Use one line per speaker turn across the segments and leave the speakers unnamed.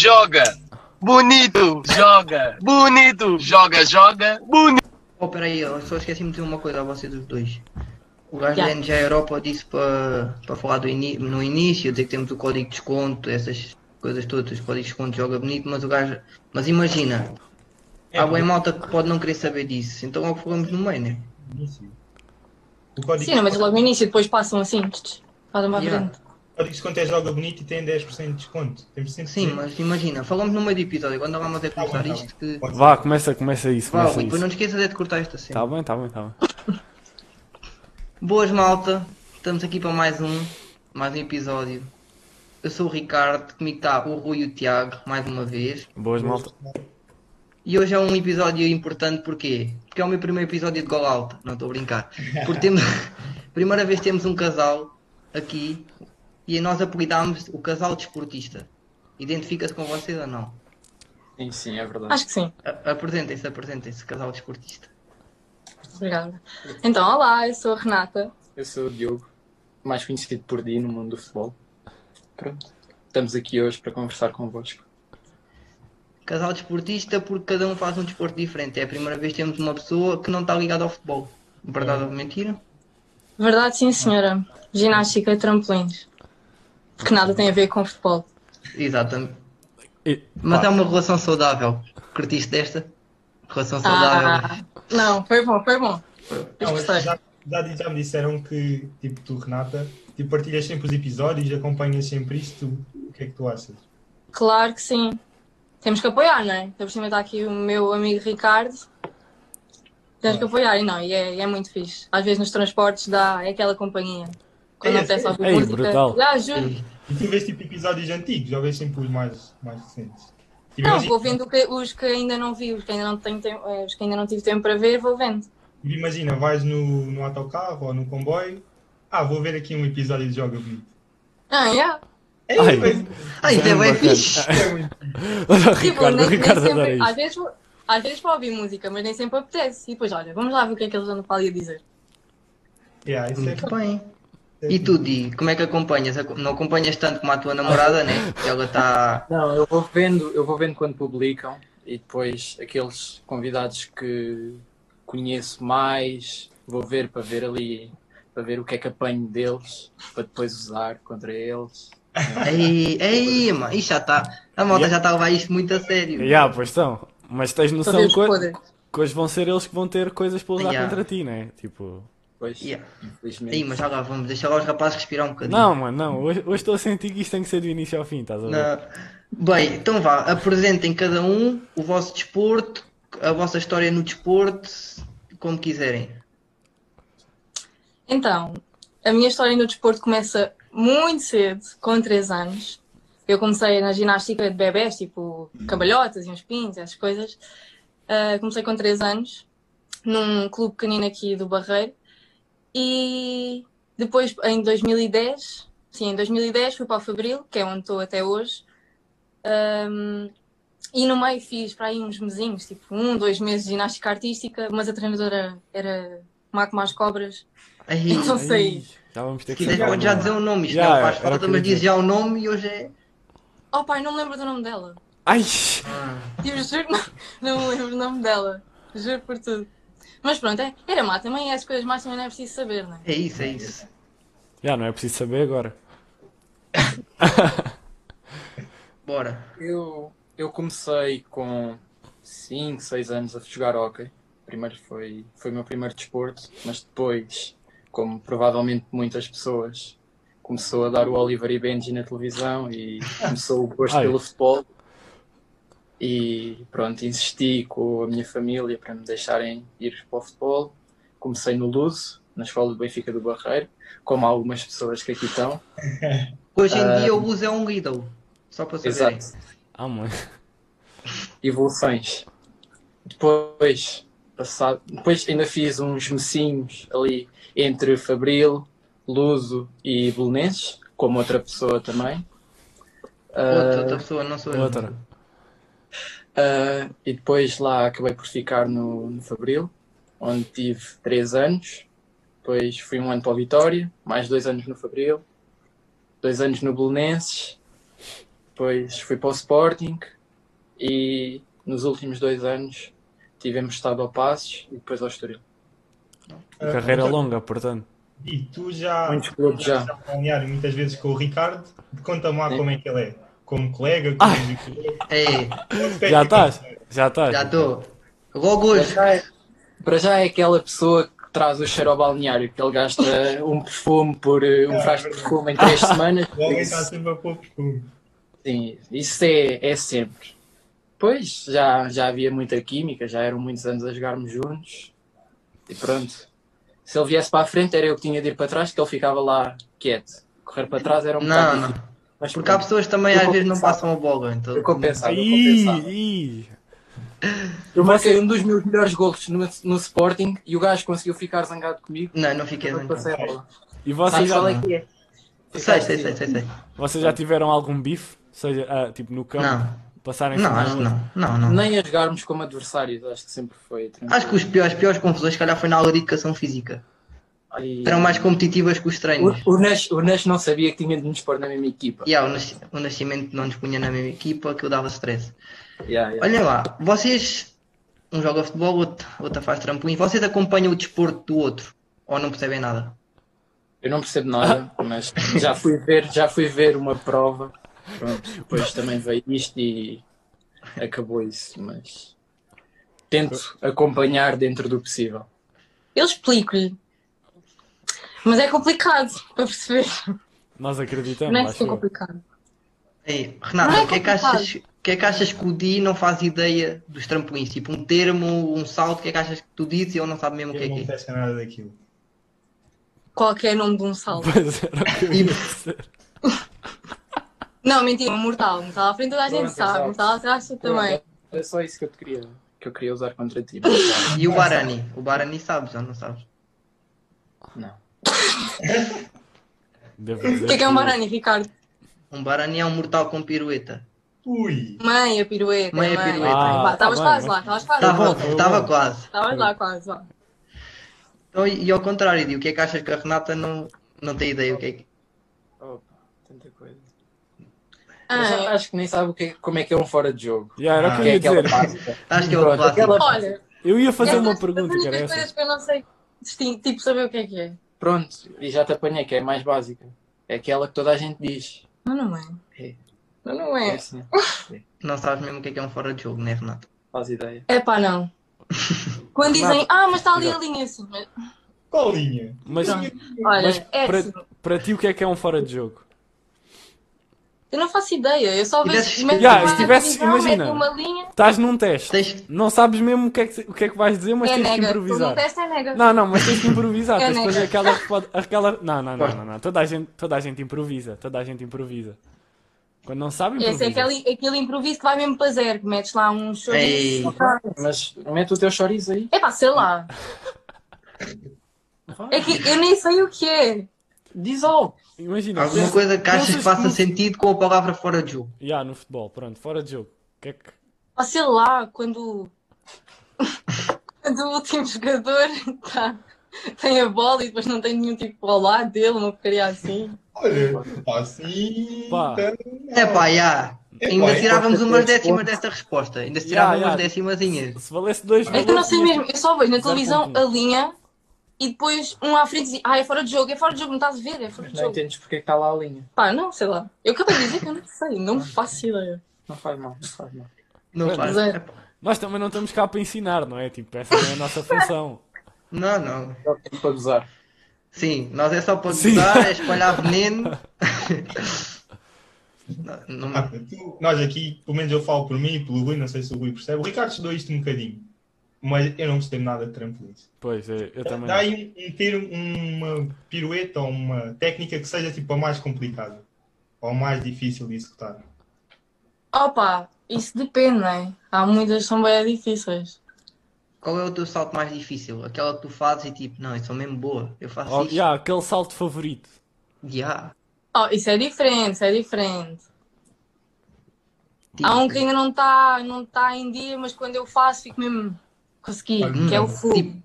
joga, bonito, joga, bonito, joga, joga, bonito.
Oh, peraí, eu só esqueci-me de uma coisa a vocês os dois. O gajo da NG Europa disse para para falar do ini- no início, dizer que temos o código de desconto, essas coisas todas, o código de desconto joga bonito, mas o gajo. Mas imagina,
É
há bem malta que pode não querer saber disso, então logo falamos no meio, né?
Início. O código,
Sim, não, mas logo no início, depois passam assim, tch, tch, fazem para
Yeah.
frente.
o código de desconto é joga bonito e tem 10% de desconto. Temos sempre
Sim, mas imagina, falamos no meio do episódio, quando lá vamos é
Tá bom,
começar
tá bom.
isto
eh,
que.
Pode
Vá, começa, começa isso,
Vá,
começa
Rui,
isso.
depois não te esqueças é de cortar esta cena.
Tá bem, tá bem, tá bem.
Boas malta, estamos aqui para mais um, mais um episódio. Eu sou o Ricardo, comigo está o Rui e o Tiago, mais uma vez.
Boas, malta.
E hoje é um episódio importante porquê? Porque é o meu primeiro episódio de Gol Alto, não estou a brincar. Porque temos, primeira vez temos um casal aqui e nós apelidámos o casal desportista. Identifica-se com vocês ou não?
Sim, sim, é verdade.
Acho que sim.
A- Apresentem-se, apresentem-se, casal desportista.
Obrigada. Então, olá, eu sou a Renata.
Eu sou o Diogo, mais conhecido por Di no mundo do futebol. Pronto. Estamos aqui hoje para conversar convosco.
Casal desportista porque cada um faz um desporto diferente. É a primeira vez que temos uma pessoa que não está ligada ao futebol. Verdade ou mentira?
Verdade, sim, senhora. Ginástica e trampolins. Porque nada tem a ver com futebol.
Exatamente.
E-
Mas
pá,
é uma relação saudável. Curtiste desta? Relação saudável.
Ah, não, foi bom, foi bom. Eu
Não, mas
gostei.
já, já, já me disseram que, tipo, tu, Renata, tipo, partilhas sempre os episódios, acompanhas sempre isto. O que é que tu achas?
Claro que sim. Temos que apoiar, não é? Temos que inventar aqui o meu amigo Ricardo. Temos
Hum.
que apoiar, e não, e é, e é muito fixe. Às vezes nos transportes dá é aquela companhia. Quando
É,
acontece alguma
é
música.
brutal.
Já, juro.
E-
E tu vês tipo episódios antigos, ou vês sempre os mais, mais recentes? Tipo,
Não,
assim,
imagina-
vou vendo o que- os que ainda não vi, os que ainda não, tenho tempo, eh, os que ainda não tive tempo para ver, vou vendo.
tipo, Imagina, vais no, no autocarro ou no comboio. Ah, vou ver aqui um episódio de Joga Bonito.
Ah, yeah.
É,
Ai.
mas-
Ah, isto é bem fixe.
Olha o
Tipo,
Ricardo,
nem-
o
nem
Ricardo
sempre-
adora
às
isto.
vezes, vou- às vezes vou ouvir música, mas nem sempre apetece. E depois, olha, vamos lá ver o que é que eles andam para ali a dizer.
Yeah,
Hum.
isso é-
Muito bem. E tu, Di, como é que acompanhas? Aco- Não acompanhas tanto como a tua namorada, né? Ela está.
Não, eu vou vendo, eu vou vendo quando publicam e depois aqueles convidados que conheço mais, vou ver para ver ali, para ver o que é que apanho deles, para depois usar contra eles.
Ei, ei, mano, isto já está. A malta já está a levar isto muito a sério.
Ya, pois estão. Mas tens
Para
noção
ver os
que hoje-
podres.
que hoje vão ser eles que vão ter coisas para usar
Ya.
contra ti, né? Tipo.
Pois,
Yeah.
infelizmente.
Ei, mas já lá vamos, deixar lá os rapazes respirar um bocadinho.
Não, mano, não. Hoje, hoje estou a sentir que isto tem que ser do início ao fim, estás a ver?
Na- Bem, então vá, apresentem cada um o vosso desporto, a vossa história no desporto, como quiserem.
Então, a minha história no desporto começa muito cedo, com 3 anos. Eu comecei na ginástica de bebés, tipo cambalhotas e uns pins, essas coisas. Ah, comecei com 3 anos, num clube pequenino aqui do Barreiro. E depois, em 2010, sim, em 2010 fui para o Fabril, que é onde estou até hoje. Ahm, e no meio fiz para aí uns mesinhos, tipo um, dois meses de ginástica artística, mas a treinadora era Maco Mais Cobras.
Aí,
Então
Ai,
sei.
Já vamos ter
se
que
quiser,
sacar,
pode já
mano.
dizer o nome, isto
Yeah,
não faz
era o que
falta,
eu
mas
ia
diz
dizer.
já o nome e hoje é.
Oh pai, não me lembro do nome dela.
Ai!
Eu juro, não, não me lembro o nome dela. Juro por tudo. Mas pronto, é, era má também, essas coisas mais também não é preciso saber, não é?
É isso, é isso.
Já não é preciso saber agora.
Bora.
Eu, eu comecei com 5, 6 anos a jogar hóquei. Primeiro foi, foi o meu primeiro desporto, mas depois, como provavelmente muitas pessoas, começou a dar o Oliver e Benji na televisão e começou o gosto
Ai.
pelo futebol. E pronto, insisti com a minha família para me deixarem ir para o futebol. Comecei no Luso, na escola do Benfica do Barreiro, como algumas pessoas que aqui estão.
Hoje em dia o Luz é um ídolo. Só para saberem.
Exato.
Ah, mano.
evoluções. Depois, passado, depois ainda fiz uns mecinhos ali entre Fabril, Luso e Belenenses, como outra pessoa também.
Outra, outra pessoa, não sou eu.
Ah, Outra.
Ah, e depois lá acabei por ficar no, no Fabril, onde tive três anos. Depois fui um ano para o Vitória, mais dois anos no Fabril, dois anos no Belenenses. Depois fui para o Sporting e nos últimos dois anos tivemos estado ao Passos e depois ao Estoril.
Ah,
Carreira
mas-
longa, portanto.
E tu já
Muitos clubes já.
a planear muitas vezes com o Ricardo. Conta-me lá
Sim.
como é que ele é. Como colega, como
Ah.
jogador.
Ei,
Já estás? Já estás?
É, já estou. Logo
Para
hoje.
já, é, para já é aquela pessoa que traz o cheiro ao balneário, que ele gasta um perfume por eh, um frasco de perfume em três semanas.
O homem
Isso-
está sempre a pôr perfume.
Sim, isso é, é sempre. Pois, já, já havia muita química, já eram muitos anos a jogarmos juntos. E pronto. Se ele viesse para a frente, era eu que tinha de ir para trás, que ele ficava lá quieto. Correr para trás era um bocado
Não, não.
difícil. Mas
Porque há
pronto,
pessoas que também às
Eu
vezes não
compensava.
passam a bola. Então...
eu compensava, eu compensava.
Ih, ih.
Eu marquei um dos meus melhores gols no, no Sporting e o gajo conseguiu ficar zangado comigo.
Não, não fiquei.
Eu
Não.
passei a bola.
E vocês
Sabes
já,
qual é que é?
Sei, sei, sei, sei, sei.
vocês já tiveram algum bife? Ou seja, ah, tipo no campo,
Não,
passarem
não, não, não, não.
Nem a jogarmos como adversários, acho que sempre foi. tranquilo.
Acho que os piores, as piores confusões, se calhar, foi na aula de educação física.
Aí-
Eram mais competitivas que os treinos.
O, o, Nash, o Nash não sabia que tinha de nos pôr na mesma equipa.
E há, o nasci- o Nascimento não nos punha na mesma equipa, que eu dava stress.
Yeah, yeah.
Olhem lá, vocês. Um joga futebol, outro, outro faz trampolim. Vocês acompanham o desporto do outro? Ou não percebem nada?
Eu não percebo nada, mas já fui ver, já fui ver uma prova. Pronto, depois também veio isto e acabou isso, mas tento acompanhar dentro do possível.
Eu explico-lhe. Mas é complicado para perceber.
Nós acreditamos,
Não é
acho
assim
eu.
complicado.
Ei, Renato,
Não é
o que é que
complicado.
achas? o que é que achas que o Di não faz ideia dos trampolins? Tipo um termo, um salto, o que é que achas que tu dizes e ele não sabe mesmo o que
Eu
é
não
que é?
peço nada daquilo.
Qualquer nome de um salto.
Pois era o que eu ia dizer.
Não, mentira, um mortal. Mortal à frente toda a gente
Pronto,
sabe. Um
exato.
Mortal atrás tu também.
Pronto, Era só isso que eu te queria, que eu queria usar contra ti.
E o Barani? O Barani sabes ou não sabes?
Não.
Devo
O
dizer
que é que é um barani, Ricardo?
Um Barani é um mortal com pirueta.
Ui!
Mãe, a pirueta.
Mãe, a pirueta.
Ah,
Vá, Estavas
tá
quase
bem,
lá, estavas quase
Tá
lá.
bom,
bom,
estava
bom.
quase.
Estavas lá quase lá.
Então, e, e ao contrário, Di, o que é que achas que a Renata não, não tem ideia o que é que
Opa, tanta coisa. Eu já
Ah,
acho que nem sabe o que, é- como é que é um fora de jogo.
Yeah, era o
Ah,
que
Que
eu
é
ia
aquela
dizer.
básica.
Acho que é o
Pronto,
clássico.
aquela-
olha,
Eu ia fazer uma
Essas-
pergunta,
essas
que era
coisas
essa.
que eu não sei distin- tipo saber o que é que é.
Pronto, e já te apanhei, que é a mais básica. É aquela que toda a gente diz.
Não, não é.
É.
Não, não
É
é.
assim,
não sabes mesmo o que é que é um fora de jogo, né, Renata?
faz ideia.
É pá, não. Quando dizem,
Nada.
ah, mas está ali a
Exato.
linha assim. mas-
Qual linha?
Mas,
Olha,
mas
é assim.
para, para ti o que é que é um fora de jogo?
Eu não faço ideia. Eu só vejo.
Tivesses-
metem
Yeah,
uma
se tivesse-
divisão, metem
imagina.
uma linha,
Estás num teste.
Tens que.
Não sabes mesmo o que é que, o que, é que vais dizer, mas
é
tens que
nega. Tu
improvisar.
não testa, é nega.
Não, não, mas tens que improvisar.
É
tens que fazer
nega.
aquela, respo- aquela. Não, não, não, não, não. Toda a gente, toda a gente improvisa. Toda a gente improvisa. Quando não sabe,
Esse
improvisa.
é aquele, aquele improviso que vai mesmo para zero, que metes lá um show.
Ei.
Mas mete o teu chorizo aí.
É pá, sei lá. É que eu nem sei o que é.
Diz algo.
Imagina.
Alguma
pensa-
coisa que achas que
pensas
faça
no-
sentido com a palavra fora de jogo.
Ya, no futebol, pronto, fora de jogo. O que é que.
Ou sei lá, quando. quando o último jogador tá- tem a bola e depois não tem nenhum tipo ao lado dele, uma porcaria assim.
Olha, pá, assim.
Pá.
É pá, já. Ainda
Epá,
tirávamos umas
enquanto eu respondo-
décimas desta resposta. Ainda se
Yeah,
tirávamos umas
yeah.
décimazinhas.
Se valesse dois
É que eu não sei
valores,
mesmo, eu só vejo na televisão
0.1.
a linha e depois um à frente diz, ah, é fora de jogo, é fora de jogo, não estás a ver, é fora de
Não
jogo.
entendes porque é que está lá a linha.
Pá, não, sei lá. Eu acabei de dizer que eu não sei, não faço ideia.
Não faz mal, não faz mal.
Não
Mas-
faz.
mas é-
Epá,
Nós também não estamos cá para ensinar, não é? Tipo, essa não é a nossa função.
Não, não.
Só tem para gozar.
Sim, nós é só para
Sim.
gozar, é espalhar veneno. não,
Ah,
não-
tu- nós aqui, pelo menos eu falo por mim e pelo Rui, não sei se o Rui percebe. O Ricardo estudou isto um bocadinho, mas eu não percebo nada de trampolins.
Pois, é, eu também.
Dá aí um, um termo, uma pirueta ou uma técnica que seja tipo a mais complicada ou a mais difícil de executar.
Opa, isso depende, não é? Há muitas que são bem difíceis.
Qual é o teu salto mais difícil? Aquela que tu fazes e tipo, não, eu sou mesmo boa. Eu faço
Oh,
isto.
ya, aquele salto favorito.
Yeah.
Oh, isso é diferente, isso é diferente.
Tipo,
Há um que ainda não está não tá em dia, mas quando eu faço fico mesmo consegui,
Hum,
que é o full.
tipo-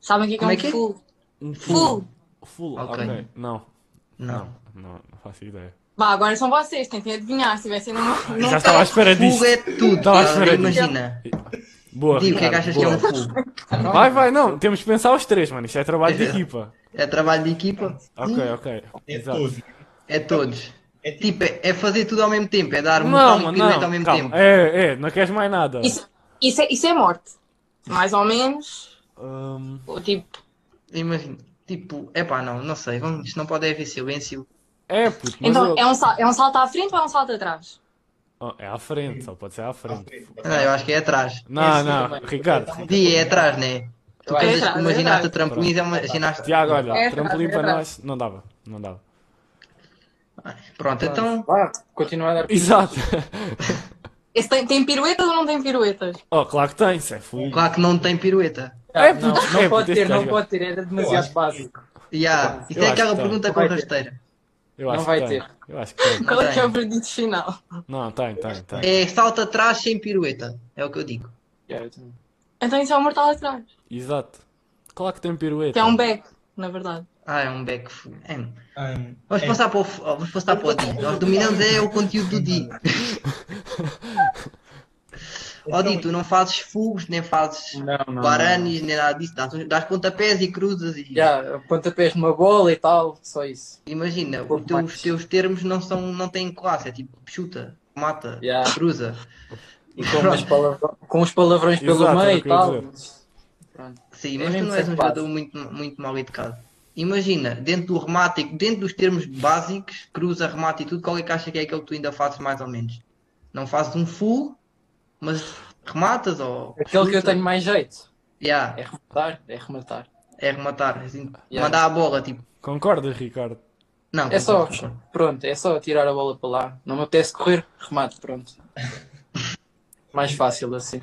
Sabem o que é, que
Como é
é
que é?
um full?
Um
Full!
full. Full,
Ok.
ok. Não,
Não.
não, não faço ideia.
Bah, agora são vocês, tentem adivinhar. Se tivessem numa.
Ah,
Eu Já estava à espera disso.
Fuga é tudo.
Tava à
tá?
espera disso.
Imagina.
Boa,
Digo, o que é que
Ricardo,
achas que é um
boa.
fuga?
Vai, vai, não. Temos que pensar os três, mano. Isto é trabalho de
É.
equipa.
É trabalho de equipa?
Ok, ok.
É
Exato.
todo.
É todos.
É
Tipo,
tipo,
é é fazer tudo ao mesmo tempo, é dar um
Não,
botão e
mano,
piruleta ao
não.
mesmo
Calma.
tempo.
É, é, não queres mais nada.
Isso, isso, é, isso é morte. Mais ou menos.
Hum,
Ou tipo.
Imagina. Tipo, epá, não, não sei, vamos, isto não pode haver silêncio.
é, puto, mas
Então,
eu-
é um, sal- é um salto à frente ou é um salto atrás?
Oh, é à frente, só pode ser à frente.
Não, eu acho que é atrás.
Não,
Esse
não,
também.
Ricardo.
Dia é atrás, né? Tu
É
pensas
atrás,
que uma
é
ginasta
atrás.
trampolins é uma ginasta.
Tiago, olha,
É atrás,
trampolim
é
para
atrás.
nós. Não dava, não dava.
Pronto, então.
Vá, continua a dar.
Exato.
Esse tem, tem piruetas ou não tem piruetas?
Oh, claro que tem, isso é fui.
Claro que não tem pirueta.
É,
não,
puto,
não
é, puto,
pode
este
ter, não
gajo-
pode ter, era
Eu
demasiado
acho que-
básico.
Yeah. Isso
Eu
é
acho
aquela
que tem.
pergunta com
Vai ter.
rasteira.
Eu acho
Não vai
que tem.
ter.
Eu acho que tem.
Qual é que é o
tem.
verdito final?
Não, tem, tem, tem.
É salta atrás sem pirueta. É o que eu digo.
Yeah, eu também.
Então isso é um mortal atrás.
Exato. Claro que tem pirueta.
Que é um beco, na verdade.
Ah, é um back. fu- É.
hum,
Vamos
é,
passar para o, f- oh, vamos passar para o Di. Nós dominamos é o conteúdo do Di. Ó Di, tu não fazes fugos, nem fazes
Não, não.
guaranis, nem nada disso. Dás, uns- dás pontapés e cruzas e.
Yeah, pontapés numa bola e tal, só isso.
Imagina, os
Pouco
teus,
mais.
teus termos não, são, não têm classe, é tipo chuta, mata,
Yeah.
cruza.
E com, umas palavra- com uns palavrões pelo
Exato, era o
meio e
que eu ia
tal.
dizer.
mas-
Sim,
É
mas tu
mesmo
não és um
sem classe.
jogador muito, muito mal educado. Imagina, dentro do remate, e- dentro dos termos básicos, cruza, remate e tudo, qual é que acha que é aquele que tu ainda fazes mais ou menos? Não fazes um full, mas rematas ou.
Aquele que eu
chuta?
tenho mais jeito
Yeah,
é rematar, é rematar.
é rematar, assim,
Yeah.
mandar a bola, tipo.
Concordas, Ricardo?
Não,
É só,
concordo, concordo.
pronto, é só tirar a bola para lá. Não me apetece correr, remate, pronto. Mais fácil assim.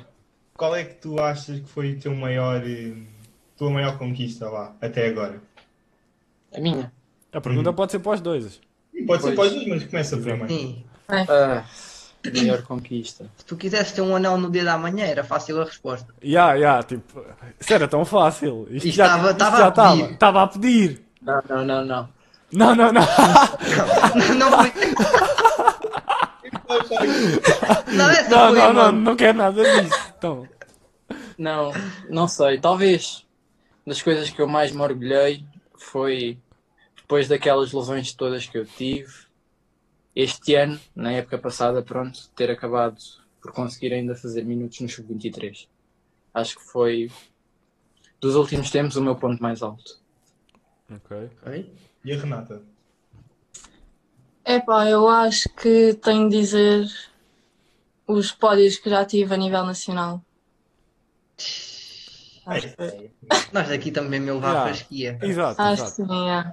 qual é que tu achas que foi o teu maior, hum, tua maior conquista lá, até agora?
A minha.
A pergunta pode ser para os dois.
Pode ser
Pois.
para os dois, mas começa primeiro.
Sim,
Ah, maior conquista.
se tu quisesse ter um anel no dedo amanhã, era fácil a resposta.
Ya, ya, tipo, isso era tão fácil. Isto
Isto
já
tava-
isto
tava
já
a
tava-
pedir.
tava a pedir.
Não, não, não, não.
Não, não, não.
não foi. Não, essa
Não,
foi
não, não,
mano.
não quero nada disso. Então,
Não, não sei. Talvez das coisas que eu mais me orgulhei foi depois daquelas lesões todas que eu tive. Este ano, na época passada, pronto, ter acabado por conseguir ainda fazer minutos no Sub-23. Acho que foi dos últimos tempos o meu ponto mais alto.
ok.
Oi?
E a Renata?
Epá, eu acho que tenho de dizer os pódios que já tive a nível nacional. Acho que,
Nós daqui também me levar
Yeah.
a fasquia.
Exato,
acho que
exato.
sim, é.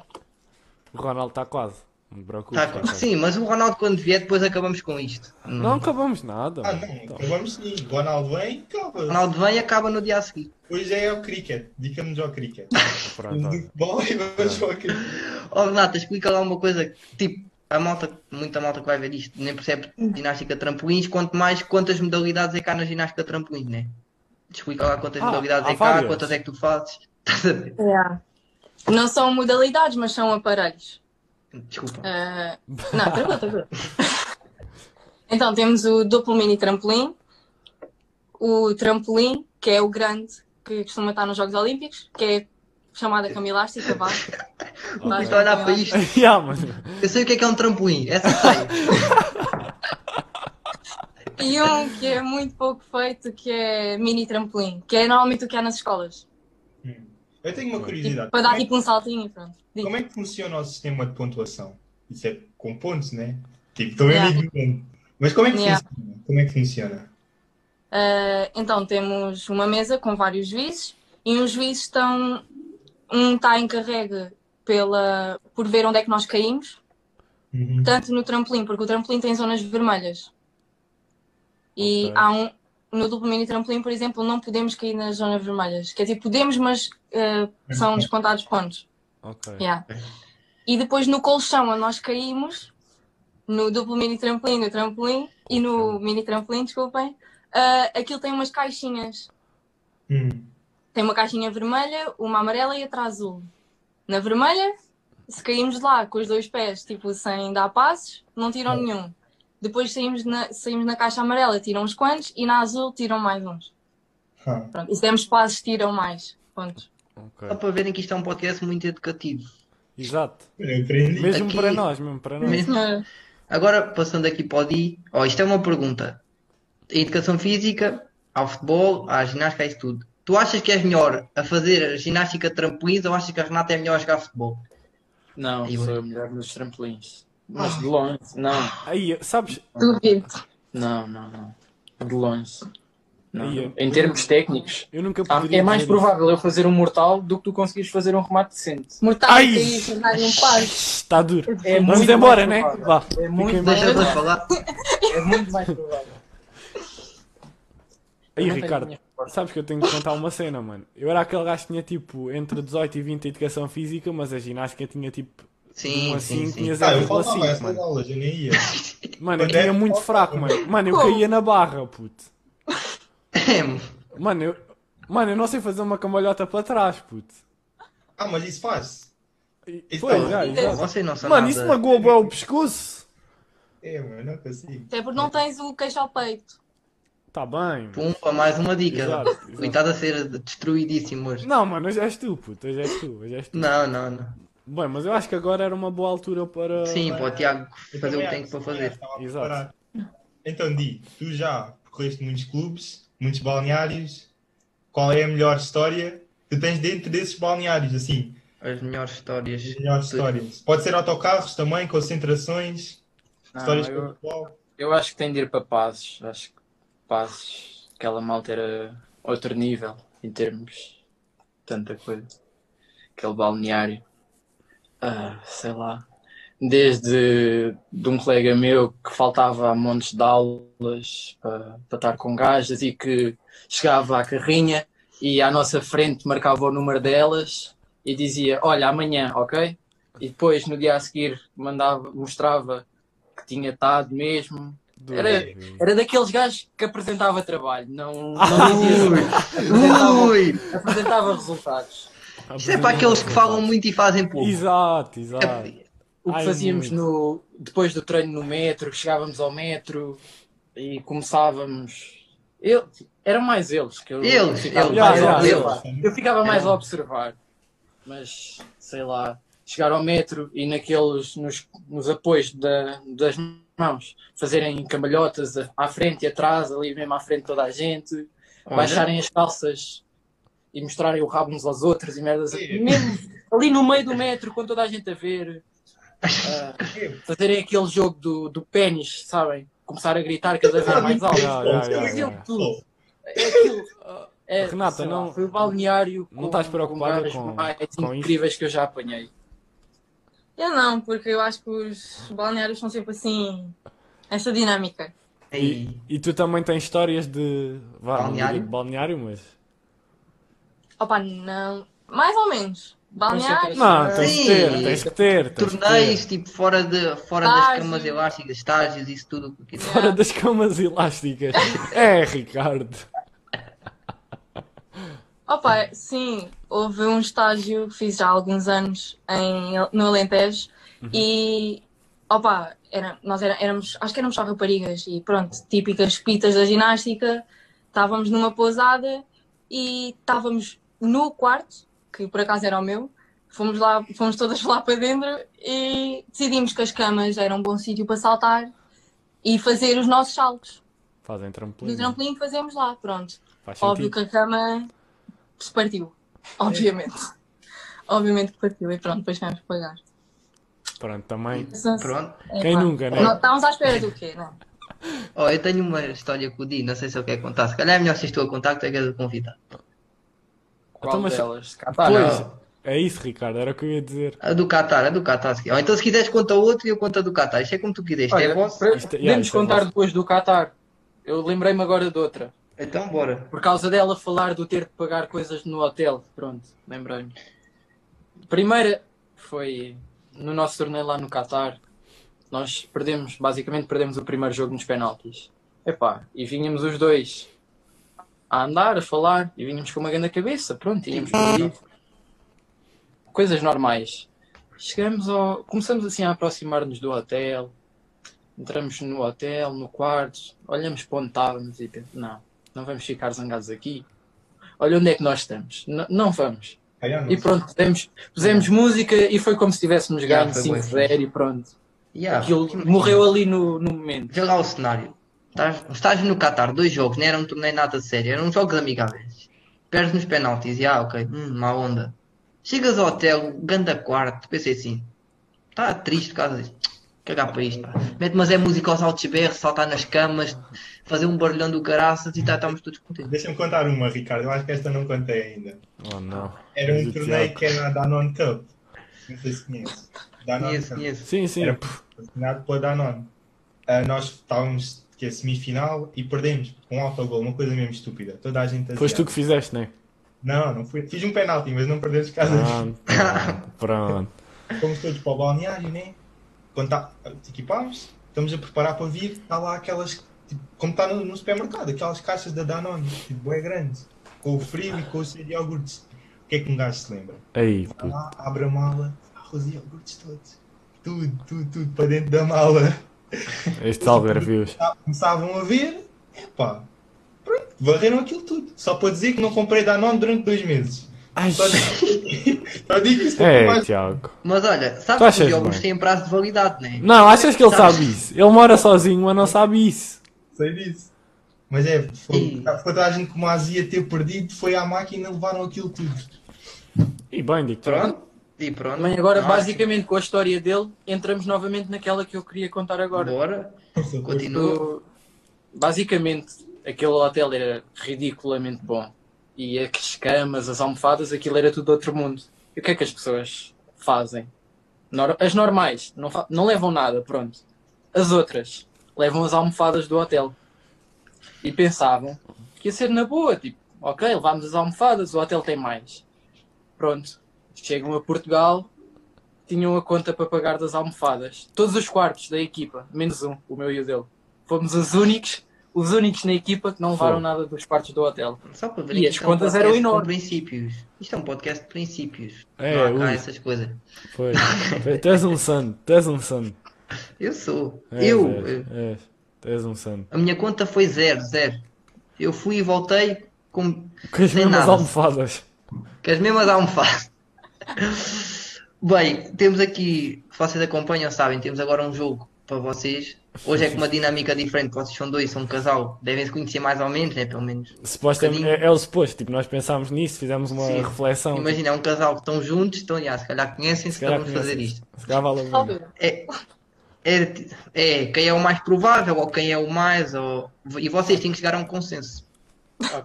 O Ronaldo está quase. Não me preocupe.
Tá,
tá quase.
sim, mas o Ronaldo quando vier depois acabamos com isto. Hum.
Não acabamos nada.
Ah,
mano.
não,
Então,
então vamos sim. Ronaldo vem, calma.
O Ronaldo vem e acaba no dia a seguir.
Hoje é o cricket. Dica-nos ao cricket.
Ah,
Um
pronto,
tá.
Do
olha.
futebol e
É.
vamos ao cricket.
Ó Renata, explica lá uma coisa. Tipo, a malta, muita malta que vai ver isto, nem percebe ginástica de trampolins, quanto mais quantas modalidades é cá na ginástica de trampolins, né? Explica lá quantas
Ah,
modalidades
há
é cá,
várias.
quantas é que tu fazes. Estás a ver?
Não são modalidades, mas são aparelhos.
Desculpa.
Ah, não, pergunta, pergunta. Então, temos o duplo mini trampolim, o trampolim, que é o grande que costuma estar nos Jogos Olímpicos, que é chamada cama elástica, vá.
Não estou a olhar para isto.
Ya, mano.
Eu sei o que é que é um trampolim. Essa eu sei.
E um que é muito pouco feito, que é mini trampolim, que é normalmente o que há nas escolas.
Hum. Eu tenho uma
Tipo,
curiosidade.
para
Como
dar
é,
tipo um saltinho, e pronto. Diz.
como é que funciona o sistema de pontuação? Isso é com pontos, né? Tipo, também
Yeah.
yeah. Mas como é que
Yeah.
funciona? Como é que funciona?
Ah, então temos uma mesa com vários juízes e os juízes estão. Um está encarregue pela, por ver onde é que nós caímos,
Uhum.
tanto no trampolim, porque o trampolim tem zonas vermelhas. E
Ok.
há um. No duplo mini trampolim, por exemplo, não podemos cair nas zonas vermelhas. Quer dizer, podemos, mas ah, são descontados pontos.
Ok.
Yeah. E depois no colchão onde nós caímos, no duplo mini trampolim, no trampolim e no mini trampolim, desculpem, ah, aquilo tem umas caixinhas.
Hum.
Tem uma caixinha vermelha, uma amarela e outra azul. Na vermelha se caímos de lá com os dois pés, tipo, sem dar passos, não tiram nenhum. Depois saímos na, saímos na caixa amarela, tiram uns quantos, e na azul tiram mais uns.
Ah,
Pronto, e se demos passos, tiram mais. Pontos.
Ok.
Só para verem que isto é um podcast muito educativo.
Exato.
eu aprendi.
Mesmo
Aqui-
para nós, mesmo para nós.
Mesmo- Agora, passando aqui para o Di, ó, isto é uma pergunta. A educação física, ao futebol, à ginástica, a isso tudo. Tu achas que és melhor a fazer ginástica de trampolins ou achas que a Renata é melhor a jogar futebol?
Não,
E
sou a melhor nos trampolins. Mas de longe. Não,
Aí, sabes?
Duvido.
não, não, não. De longe. Não.
Aí,
Em termos técnicos,
Eu nunca
há-
poderia.
é mais
dizer isso.
provável eu fazer um mortal do que tu conseguires fazer um remate decente.
Mortal
Ai!
cair, sem dar nenhum passo.
Está duro.
É
Vamos
muito
embora, né?
mais
Vá.
provável. É
Fiquem
muito
bem.
mais
Deixa-te
provável.
falar.
É muito mais provável. Eu
Aí,
não tenho
Ricardo,
dinheiro para-
sabes que eu tenho que contar uma cena, mano. Eu era aquele gajo que tinha tipo entre 18 e 20 de educação física, mas a ginástica tinha tipo
Sim,
1 a
sim,
5,
sim.
tinha
Ah, eu faltava
0,5,
essas
mano.
aulas, eu nem ia.
Mano, eu
Quando é
caía
que
muito
falta?
fraco, mano. Mano, eu caía na barra, puto. Mano, eu, mano, eu não sei fazer uma cambalhota para trás, puto.
Ah, mas isso faz.
E-
Isso
Pois,
é
tá-
já,
Pô,
exato.
Vocês não são
Mano,
nada.
isso é magoa bem o pescoço.
É, mano, não consigo.
Até porque não tens o queixo ao peito.
Tá bem, mano.
Pumba, mais uma dica.
Exato, exato.
Coitado a ser destruidíssimo hoje.
Não, mano, hoje és tu, puto. Hoje és tu, hoje és tu.
Não, não, não.
Bem, mas eu acho que agora era uma boa altura para...
Sim, para o Tiago
Eu
fazer o que
também
tem
acho,
para
também
fazer.
acho, estava
Exato.
assim, é, preparado. Então, Di, tu já percorreste muitos clubes, muitos balneários. Qual é a melhor história que tens dentro desses balneários, assim?
As melhores histórias.
As melhores histórias. Pode ser autocarros também, concentrações,
Não,
histórias
eu-
com o futebol.
Eu acho que tem de ir para Passos. Acho que Passos, aquela malta era outro nível em termos de tanta coisa. Aquele balneário. Ah, sei lá. Desde de um colega meu que faltava a montes de aulas para, para estar com gajas e que chegava à carrinha e à nossa frente marcava o número delas e dizia, olha, amanhã, ok? E depois no dia a seguir mandava, mostrava que tinha estado mesmo. Era- Era daqueles gajos que apresentava trabalho, não, não dizia, apresentava,
Ui! Ah, Ui!
apresentava resultados.
Isso é para aqueles que falam muito e fazem pouco. É,
Exato, exato.
O que
Ai,
fazíamos no, depois do treino no metro, chegávamos ao metro e começávamos. Eu, eram mais eles que eu eu
Eles,
ficava
eles,
mais a
eles,
observar.
eles.
Eu ficava mais a observar, mas sei lá, chegar ao metro e naqueles nos, nos apoios da- das mãos fazerem cambalhotas a- à frente e atrás, ali mesmo à frente de toda a gente.
Olha,
baixarem as calças e mostrarem o rabo uns aos outros e merdas
Sim.
mesmo ali no meio do metro com toda a gente a ver Ah, fazerem aquele jogo do, do pênis sabem, começar a gritar cada vez mais alto
Já, já, já,
Mas
já.
aquilo tudo, é aquilo é,
Renata,
sei lá,
não-
foi o balneário
não estás preocupada
com, gajas
com-
mais
com isso?
incríveis que eu já apanhei
Eu não, porque eu acho que os balneários são sempre assim. Essa dinâmica.
e-
E tu também tens histórias de. Vá, não
Balneário?
digo de balneário, mas.
Opa, não. Mais ou menos. Balneários.
Não, tens
Sim.
que ter, tens que ter. Tens que
Torneios,
ter.
tipo, fora, de, fora das
Estágios.
camas elásticas, estágios, isso tudo. Porque...
Fora das camas elásticas. É, Ricardo.
Opa, sim, houve um estágio que fiz já há alguns anos em, no Alentejo e, opa, era, nós era- éramos, acho que éramos só raparigas e pronto, típicas pitas da ginástica, estávamos numa pousada e estávamos no quarto, que por acaso era o meu, fomos lá, fomos todas lá para dentro e decidimos que as camas eram um bom sítio para saltar e fazer os nossos saltos.
Fazem trampolim.
No trampolim fazemos lá, pronto.
Faz
Óbvio
sentido.
que a cama se partiu. Obviamente. Obviamente que partiu. E pronto, depois vamos pagar.
Pronto, também.
Pronto.
É,
Quem
pá.
nunca, né?
Não, estávamos à espera do quê? né? Não.
Ó, eu tenho uma história com o Di, não sei se eu quero contar. Se calhar é melhor se estou a contar, que tu é que és o convidado.
qual
Então, mas-
delas? Cá está,
Pois.
Ah, não.
É isso, Ricardo, era o que eu ia dizer.
A do Qatar, a do Qatar. se- Ou então se quiseres conta outro e eu conto a do Qatar. Isto é como tu quiseres, isto é
Olha,
vosso.
pre-
Isto é- yeah,
podemos
isto é
contar
vosso.
depois do Qatar eu lembrei-me agora de outra
Então bora.
Por causa dela falar do ter de pagar coisas no hotel. Pronto, lembrei-me. Primeira foi no nosso torneio lá no Qatar. Nós perdemos, basicamente perdemos o primeiro jogo nos penaltis. Epá, e vinhamos os dois a andar, a falar, e vinhamos com uma grande cabeça. Pronto, tínhamos perdido. Coisas normais. Chegamos ao. Começamos assim a aproximar-nos do hotel. Entramos no hotel, no quarto, olhamos para onde estávamos e pensamos, não, não vamos ficar zangados aqui. Olha onde é que nós estamos. N- não vamos.
Olha, não
E pronto, pusemos, pusemos música e foi como se tivéssemos
Yeah, foi
ganho
bué
5-0 e pronto.
Yeah.
Aquilo morreu ali no, no momento.
Vê lá o cenário. Estás, estás no Qatar, dois jogos, não era um torneio nada sério, eram jogos amigáveis. Perdes nos penaltis, e ah, ok, hum, má onda. Chegas ao hotel, ganda quarto, pensei assim, está triste por causa disso. Cagar para isto, pá. Mete mas é música aos altos berros, saltar nas camas, fazer um barulhão do caraças e tá, estamos todos contentes.
Deixa-me contar uma, Ricardo. Eu acho que esta não contei ainda.
Oh não.
Era
Mas
um
o
torneio
Tiago-
que era da Non Cup. Não sei se conhece. Danone
Conheço,
Cup.
conheço.
Sim, sim.
Era um patrocinado pela Danone. Ah, nós estávamos que é semifinal e perdemos com um autogol, uma coisa mesmo estúpida. Toda a gente
Foste tu
aziada.
que fizeste, não é?
Não, não fui. Fiz um penalti, mas não perdemos por causa disso.
Pronto, pronto, pronto.
Fomos todos para o balneário, né? Quando tá, equipámos, estamos a preparar para vir, está lá aquelas, tipo, como está no, no supermercado, aquelas caixas da Danone, tipo, é grande, com o frio e com o cheiro de iogurtes. O que é que um gajo se lembra?
Aí,
Vai lá, abre a mala, arroz e iogurtes todos. Tudo, tudo, tudo para dentro da mala.
estes algarvios.
Tá, Começavam a ver, epá, pronto, varreram aquilo tudo. Só para dizer que não comprei Danone durante dois meses.
Ai,
Só digo, só digo
tá
isso.
é,
Mas-
Tiago.
Mas olha,
Tu
sabes que
achas
os jogos
bem?
têm prazo de validade, né?
Não, achas que ele sabe isso? Ele mora sozinho, mas não sabe isso.
Sei disso. Mas é, foi,
Ih.
foi toda a gente com uma azia ter perdido, foi à máquina e levaram aquilo tudo.
E bem, digo
Pronto, e pronto.
Também agora,
Nossa,
basicamente, com a história dele, entramos novamente naquela que eu queria contar agora.
Bora, continua.
Do- Tipo, Basicamente, aquele hotel era ridiculamente bom. E as camas, as almofadas, aquilo era tudo outro mundo. E o que é que as pessoas fazem? Nor- As normais não, fa- não levam nada, pronto. As outras levam as almofadas do hotel. E pensavam que ia ser na boa, tipo, ok, levámos as almofadas, o hotel tem mais. Pronto. Chegam a Portugal, tinham a conta para pagar das almofadas. Todos os quartos da equipa, menos um, o meu e o dele. Fomos os únicos, os únicos na equipa que não levaram
Foi.
nada dos quartos do hotel.
Só para ver
E
que
as
isto é um
contas eram
podcast com
enormes.
princípios. Isto é um podcast de princípios.
É,
não há cá
ui.
essas coisas.
Foi. Tu és um santo, tu és um santo.
Eu sou.
És,
eu,
és,
eu-
és. Tu és um santo.
A minha conta foi zero, zero. Eu fui e voltei com,
Com as
Sem
mesmas
nada.
almofadas.
com as mesmas almofadas. Bem, temos aqui, vocês acompanham, sabem, temos agora um jogo para vocês. Hoje é com uma dinâmica diferente, vocês são dois, são um casal, devem se conhecer mais ou menos, né? Pelo menos.
Supostamente, é, é o suposto. Tipo, nós pensámos nisso, fizemos uma
Sim.
reflexão. tipo,
Imagina, é um casal que estão juntos, estão, já, se calhar conhecem-se,
Se calhar
então vamos fazer
conheces.
isto.
Se calhar vale a pena.
Talvez.
É, é, é quem é o mais provável ou quem é o mais ou e vocês têm que chegar a um consenso.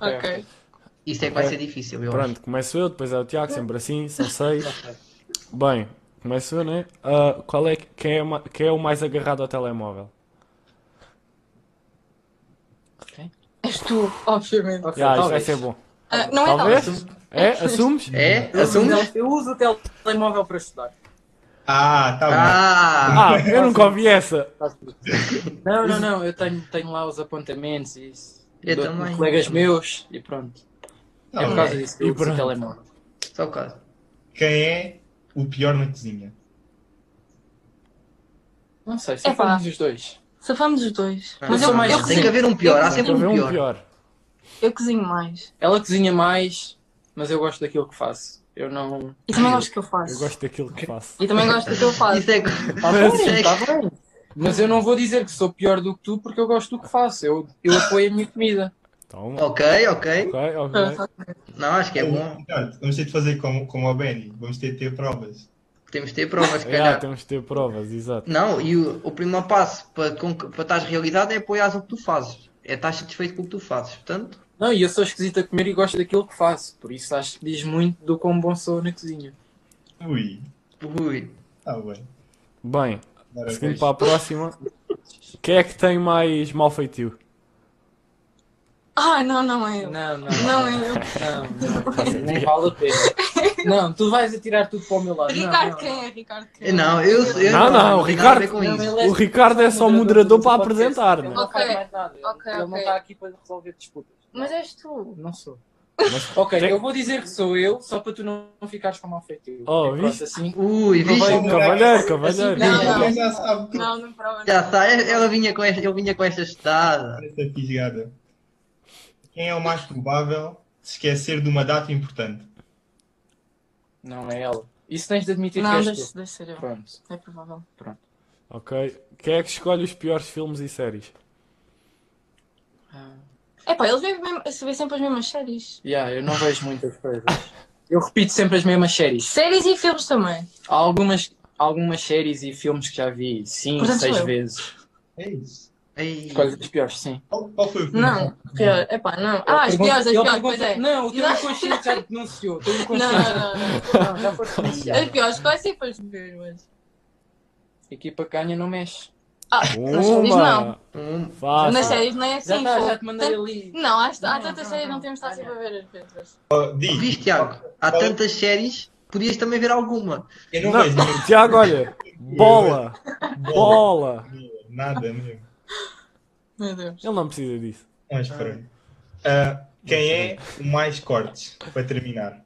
Ok.
Isso é que vai ser difícil, eu acho.
Pronto, começo eu, depois é o Tiago, sempre assim, são seis. Bem, começo eu, né? Ah, qual é que- quem é, ma- quem é o mais agarrado ao telemóvel?
És tu, obviamente.
Ok,
Já, isto vai
talvez.
ser bom.
Ah, não é
Talvez?
talvez.
É? Assumes?
É?
Eu uso, o
Assumes?
tel- eu uso o tel- telemóvel para estudar.
Ah, tá bom.
Ah!
Ah, eu nunca ouvi essa.
Não, não, não, eu tenho, tenho lá os apontamentos e isso.
Eu
Do-
também.
de colegas meus e pronto.
Não,
é por causa disso que
E
eu uso
pronto.
o telemóvel.
Só o caso.
Quem é o pior na cozinha?
Não sei, só
Epá.
falamos os dois.
Safamos os dois.
Ah,
Mas eu,
sou mais-
eu
Tem que
cozinho.
haver um pior, há sempre
Nunca ouvi
um
um
pior.
pior.
Eu cozinho mais.
Ela cozinha mais, mas eu gosto daquilo que faço. Eu não.
E também gosto do que eu
Eu
faço.
gosto daquilo que faço.
E também gosto do que eu faço.
Isso é que.
Tá bem,
Sim.
tá bem. Mas eu não vou dizer que sou pior do que tu porque eu gosto do que faço. Eu, eu apoio a minha comida.
Toma.
Ok, ok.
Ok, ok.
Ah,
Não, acho que é bom.
Ricardo, vamos ter de fazer como, como o Benny. Vamos ter de ter provas.
Temos de ter provas, se
Já,
calhar.
temos de ter provas, exato.
Não, e o, o primeiro passo para, com- para estares realizado é apoiares o que tu fazes. É estar satisfeito com o que tu fazes. Portanto,
Não, e eu sou esquisito a comer e gosto daquilo que faço. Por isso acho que diz muito do quão bom sou na cozinha.
Ui,
ui.
tá bem.
Bem,
Agora
seguindo
vejo.
para a próxima. Quem é que tem mais mau feitio?
Ah, não, não é eu.
Não, não.
Não é eu.
Não, não, nem vale a pena. Não, tu vais atirar tudo para o meu lado. Não,
Ricardo,
não.
quem é? Ricardo, quem é?
Não, eu, eu tem
Não, não,
nada a ver
Ricardo.
com
Não,
isso.
ele é-
O Ricardo é só moderador para
do podcast.
apresentar,
Ele
né?
não faz
Ok,
mais nada. Ele-
ok,
Ele não
ok.
está aqui para resolver disputas.
Mas és tu.
Não sou.
Mas,
Ok,
Tem-
eu vou dizer que sou eu, só para tu não não ficares com mal feito.
Oh,
E pronto,
viste?
assim,
Ui,
Não
viste?
vai-
cavalheiro,
Assim,
cavalheiro.
Não, não.
Mas já sabe tudo
Não, não prova.
Já está, é, ela vinha com esta, eu vinha com esta estada.
essa fisgada. Quem é o mais provável de esquecer de uma data importante?
não é ela. Isso tens de admitir
Não,
que és
deixa,
tu.
deixa ser eu.
Pronto.
É provável.
Ok. Quem é que escolhe os piores filmes e séries?
Ah,
É pá, eles vêem mesmo- se vê sempre as mesmas séries.
yeah, eu não vejo muitas coisas. Eu repito sempre as mesmas séries.
Séries e filmes também.
Há algumas, algumas séries e filmes que já vi cinco,
Portanto,
seis
sou eu.
vezes.
É isso.
Ei,
Escolha dos piores, sim.
Qual, qual foi o filme?
Não, pior. É pá, não. Ah, as
Ele
piores, as
pergunta-
piores,
ele
pois
pergunta-
é. Não,
Não, o teu inconsciente já te denunciou. O teu
não, não.
inconsciente.
não.
Não, já foste denunciado.
As piores, quase sempre as mesmas.
Equipa canha não mexe.
Ah, nas séries não.
um-
Nas
Fácil.
séries não é assim.
Ah, Já tá,
pô.
já te mandei
Tanto-
ali.
Não, há, há
Não,
tantas
não,
séries
não.
não temos de estar
Olha.
sempre a ver as coisas.
Oh, Di,
Viste, Tiago? Há tantas séries, podias também ver alguma.
eu não, vejo
Não, Tiago, olha. Bola. Bola.
mesmo, nada mesmo.
Meu Deus.
Ele não precisa disso.
Mas pronto. Ah, quem é o mais cortes? Para terminar.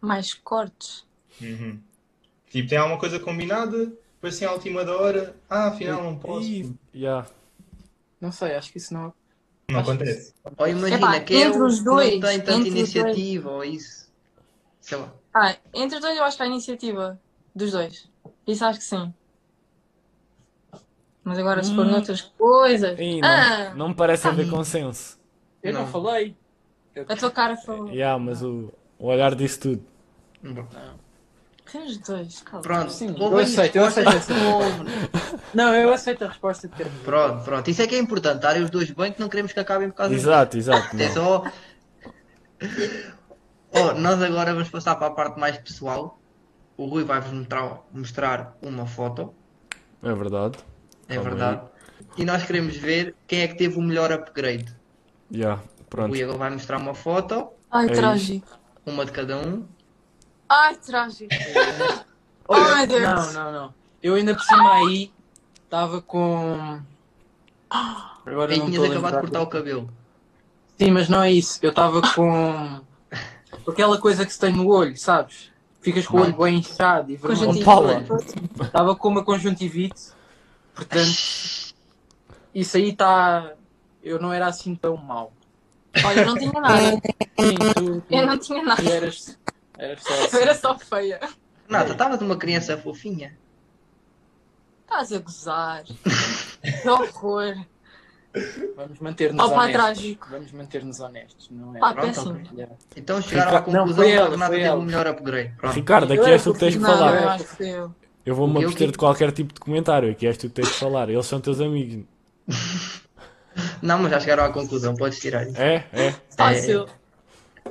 Mais cortes.
Uhum. Tipo, tem alguma coisa combinada? Depois assim, à última da hora. Ah, afinal não posso.
Ih, yeah.
Não sei, acho que isso não.
Não acontece.
Ou imagina,
Epá,
quem é
entre
o
os
que
dois,
não tem tanta
entre os
iniciativa ou isso. Sei lá.
Ah, entre os dois eu acho que há iniciativa dos dois. Isso acho que sim. Mas agora se for
Hum.
noutras coisas.
Ih,
ah,
não, não me parece haver consenso.
Eu não,
Não.
falei. Eu...
a tua cara falou.
Yeah, mas o, o olhar disse tudo.
Tem é os dois, calma.
Pronto,
Sim,
houve
eu
aí
aceito, eu aceito
respostas
essa.
que não houve, né?
Não, eu aceito a resposta de ter.
Pronto, pronto. Isso é que é importante. Estarem os dois bem que não queremos que acabem por causa
Exato, exato.
disso. É
não.
só. Oh, nós agora vamos passar para a parte mais pessoal. O Rui vai-vos mostrar, mostrar uma foto,
É verdade.
é
Calma aí.
verdade. E nós queremos ver quem é que teve o melhor upgrade.
Yeah,
O
pronto.
Rui agora vai mostrar uma foto,
Ai,
É
trágico.
uma de cada um.
Ai, trágico. oh, meu Deus.
Não, não, não. Eu ainda por cima aí estava com. Agora eu
E
não
tinhas
estou a
acabado de
lembrar.
cortar o cabelo.
Sim, mas não é isso. Eu estava com. com aquela coisa que se tem no olho, sabes? Ficas com o olho bem inchado e vermelho.
Conjuntivite.
Oh, Paula.
Estava com uma conjuntivite. Portanto, isso aí está. Eu não era assim tão mau.
Olha, eu não tinha nada.
Sim, tu, tu-
Eu não tinha
tu
nada.
eras. Eras só assim.
Eu era só feia.
Renata, estavas uma criança fofinha.
Estás a gozar. Que horror.
assim. Vamos manter-nos
Opa,
honestos.
trágico.
Vamos manter-nos honestos, não é?
Pá,
Pronto,
péssimo.
ok.
Yeah.
Então chegaram à
Ricardo- tá. não,
conclusão
foi
que
ela,
a Renata
foi
teve
ela.
o melhor upgrade. Pronto.
Ricardo, aqui
Eu
és tu
era
que tens de
porque-
é Não, eu
falar.
acho feio.
Eu vou-me
Eu
abster
que-
de qualquer tipo de comentário. Aqui és tu que tens de falar. Eles são teus amigos.
Não, mas já chegaram à conclusão, podes tirar isso.
É, é.
Fácil.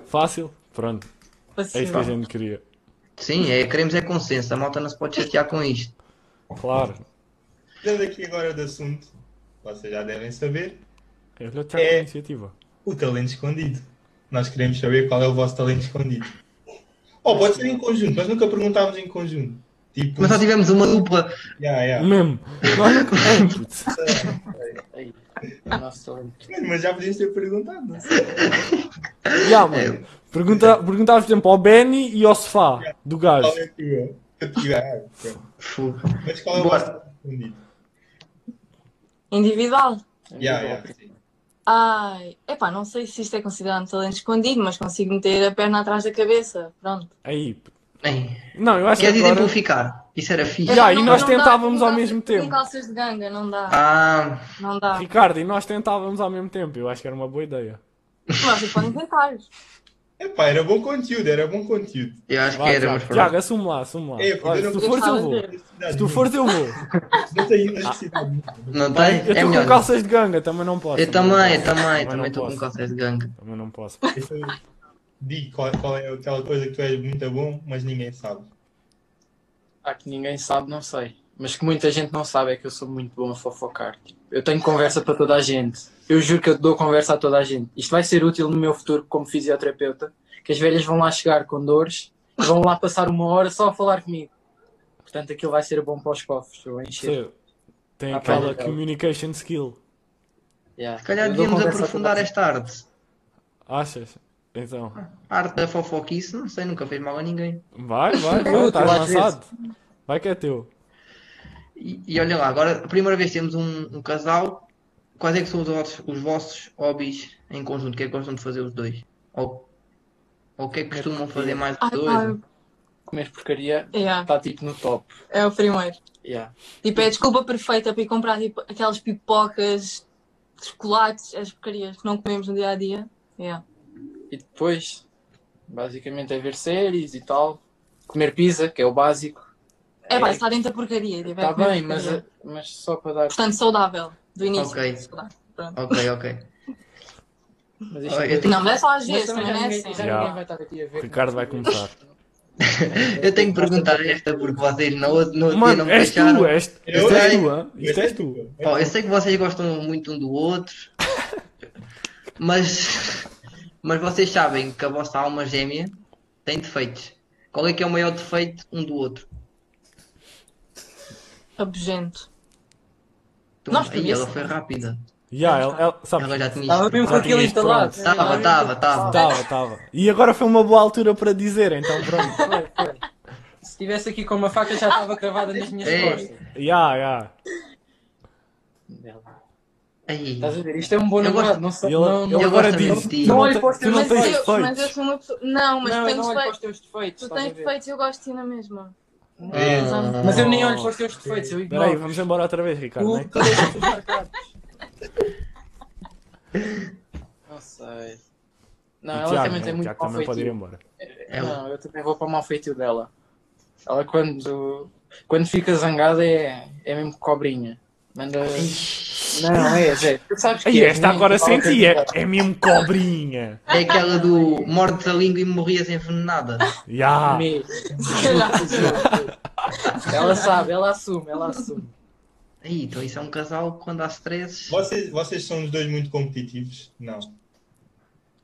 Fácil. Pronto. É isso que a
Fácil.
gente queria.
Sim, é, queremos é consenso. A malta não se pode chatear com isto.
Claro.
Dando aqui agora do assunto, vocês já devem saber,
Eu já
É.
tenho a iniciativa.
o talento escondido. Nós queremos saber qual é o vosso talento escondido. Ou pode ser em conjunto, nós nunca perguntámos em conjunto. Tipo,
Mas só tivemos uma dupla.
tipo-
yeah, yeah.
Mesmo. Olha que- Ei, putz.
Ei,
Ah.
o nosso talento.
mas já podíamos ter perguntado, não sei.
É,
Yeah, mano. Pergunta, perguntava, por exemplo, ao Benny e ao sofá do gajo.
Qual é que é? Eu tive- ah, pronto.
Fogo.
Mas qual é o
Bora.
vosso talento escondido?
Individual.
É
Yeah, yeah, sim.
Ai, epá, não sei se isto é considerado um talento escondido, mas consigo meter a perna atrás da cabeça. Pronto.
Aí. p-
Ei,
Não, eu acho que
Queres
agora...
exemplificar? Isso era fixe.
Já,
É,
e
não-
nós
não dá-
tentávamos
não
ao
dá
mesmo
com
tempo.
calças de ganga, não dá,
Ah,
não dá.
Ricardo, e nós tentávamos ao mesmo tempo. Eu acho que era uma boa ideia.
Vocês podem tentar.
Epá, era bom conteúdo, era bom conteúdo.
eu acho que
Vai,
era, mas
Tiago,
pronto.
Tiago, assume lá, assume lá.
É, porque
Olha,
eu
se tu
não-
fores, eu vou.
Eu
Se tu fores, eu vou.
Não tenho necessidade.
Não
Pá,
tem?
eu
É
estou com
melhor.
calças de ganga, também não posso.
Eu também, eu
Também
também,
não
também estou
posso.
com calças de gangue.
Também não posso.
Então, Di, qual, qual é aquela coisa que tu és muito bom, mas ninguém sabe?
Há que ninguém sabe, não sei. Mas que muita gente não sabe é que eu sou muito bom a fofocar. Tipo, eu tenho conversa para toda a gente. Eu juro que eu dou conversa a toda a gente. Isto vai ser útil no meu futuro como fisioterapeuta. Que as velhas vão lá chegar com dores, vão lá passar uma hora só a falar comigo. Portanto, aquilo vai ser bom para os cofres. Eu vou encher.
Sim. Tem
Ah,
aquela
pá.
communication skill.
Yeah.
Se calhar
Eu dou
devíamos
conversa a toda
aprofundar
a gente.
esta arte.
Achas? Então.
Arte da fofoquice, não sei, nunca fez mal a ninguém.
Vai, vai,
Eu
vai, estás
acho isso.
lançado. Vai que é teu.
E, e olha lá, agora a primeira vez temos um, um casal. Quais é que são os vossos, os vossos hobbies em conjunto? O que é que gostam de fazer os dois? Ou, ou o que é que costumam fazer mais os
Ah,
dois?
claro.
Comer porcaria
Yeah,
está tipo no top.
é o primeiro.
Yeah.
Tipo, é a desculpa perfeita para ir comprar tipo, aquelas pipocas, chocolates, as porcarias que não comemos no dia a dia. Yeah.
E depois, basicamente, é ver séries e tal. Comer pizza, que é o básico.
É pá, está dentro da porcaria. Tipo, é
Está
comer
Tá bem, mas, eh,
porcaria.
mas só para dar.
Portanto, saudável, do início. Tipo,
Ok.
Saudável. Pronto.
Ok, ok.
Mas isto
Olha,
é-
eu tenho-
Não, mas é só às
Mas
vezes,
também
também
já
não é
ninguém, já
assim.
Já.
ninguém vai estar aqui a ver.
Ricardo vai começar.
Eu tenho que perguntar esta porque vocês na outra- no outro dia não
Mano,
me
és
deixaram.
tu, é és,
Eu é
isto és
sei.
tu, hã? Ah, Isto és tu.
Pá, eu sei que vocês gostam muito um do outro, mas, mas vocês sabem que a vossa alma gêmea tem defeitos. Qual é que é o maior defeito um do outro?
Abugento.
Tu,
Nós
Ai, Então, ela
conhecemos.
foi rápida.
Já, ela, ela, sabes,
Ela já tinha
Estava
isto.
mesmo com
Já tinha
aquilo
isto
instalado.
pronto.
Tava, tava, tava.
Estava, estava. E agora foi uma boa altura para dizer, então pronto.
Foi, foi. Se estivesse aqui com uma faca já estava cravada nas minhas
Ei.
costas.
Já, já.
Ai,
Estás a ver? Isto é um bom
Eu gosto-
namorado, não
E
sei.
ele,
Não,
ele
não,
eu
agora
gosto de
diz:
mentir.
tu não,
Não
te-
olho para os
tu não
teus
Mas
tens
eu, mas eu
defeitos.
sou uma pessoa. Não, mas
não,
tenho
não é olho para os
defeitos.
teus defeitos.
Tu
estás a
tens
ver?
defeitos e eu gosto de ti na mesma.
É.
Ah.
Mas eu nem olho para os teus defeitos, eu
Espera aí,
ignoro.
vamos embora outra vez, Ricardo. né?
Tu deixas tudo marcado. Não sei. Não,
E
ela
Tiago,
também
né?
é
tem muito
Tiago
mau
também pode ir
feitio.
embora.
ela.
É
Não,
um-
eu também vou para o mau feitio dela. Ela quando, quando fica zangada é, é mesmo cobrinha. Manda. Não, é, Zé. Tu sabes que
Aí,
é,
esta
nem-
agora
fala
senti, é,
tanto.
é mesmo cobrinha.
É aquela do mordes a língua e morrias envenenada.
Já.
Mesmo.
Se calhar.
Ela sabe, ela assume, ela assume.
Aí, então isso é um casal que quando há stress.
Vocês, vocês são os dois muito competitivos? Não.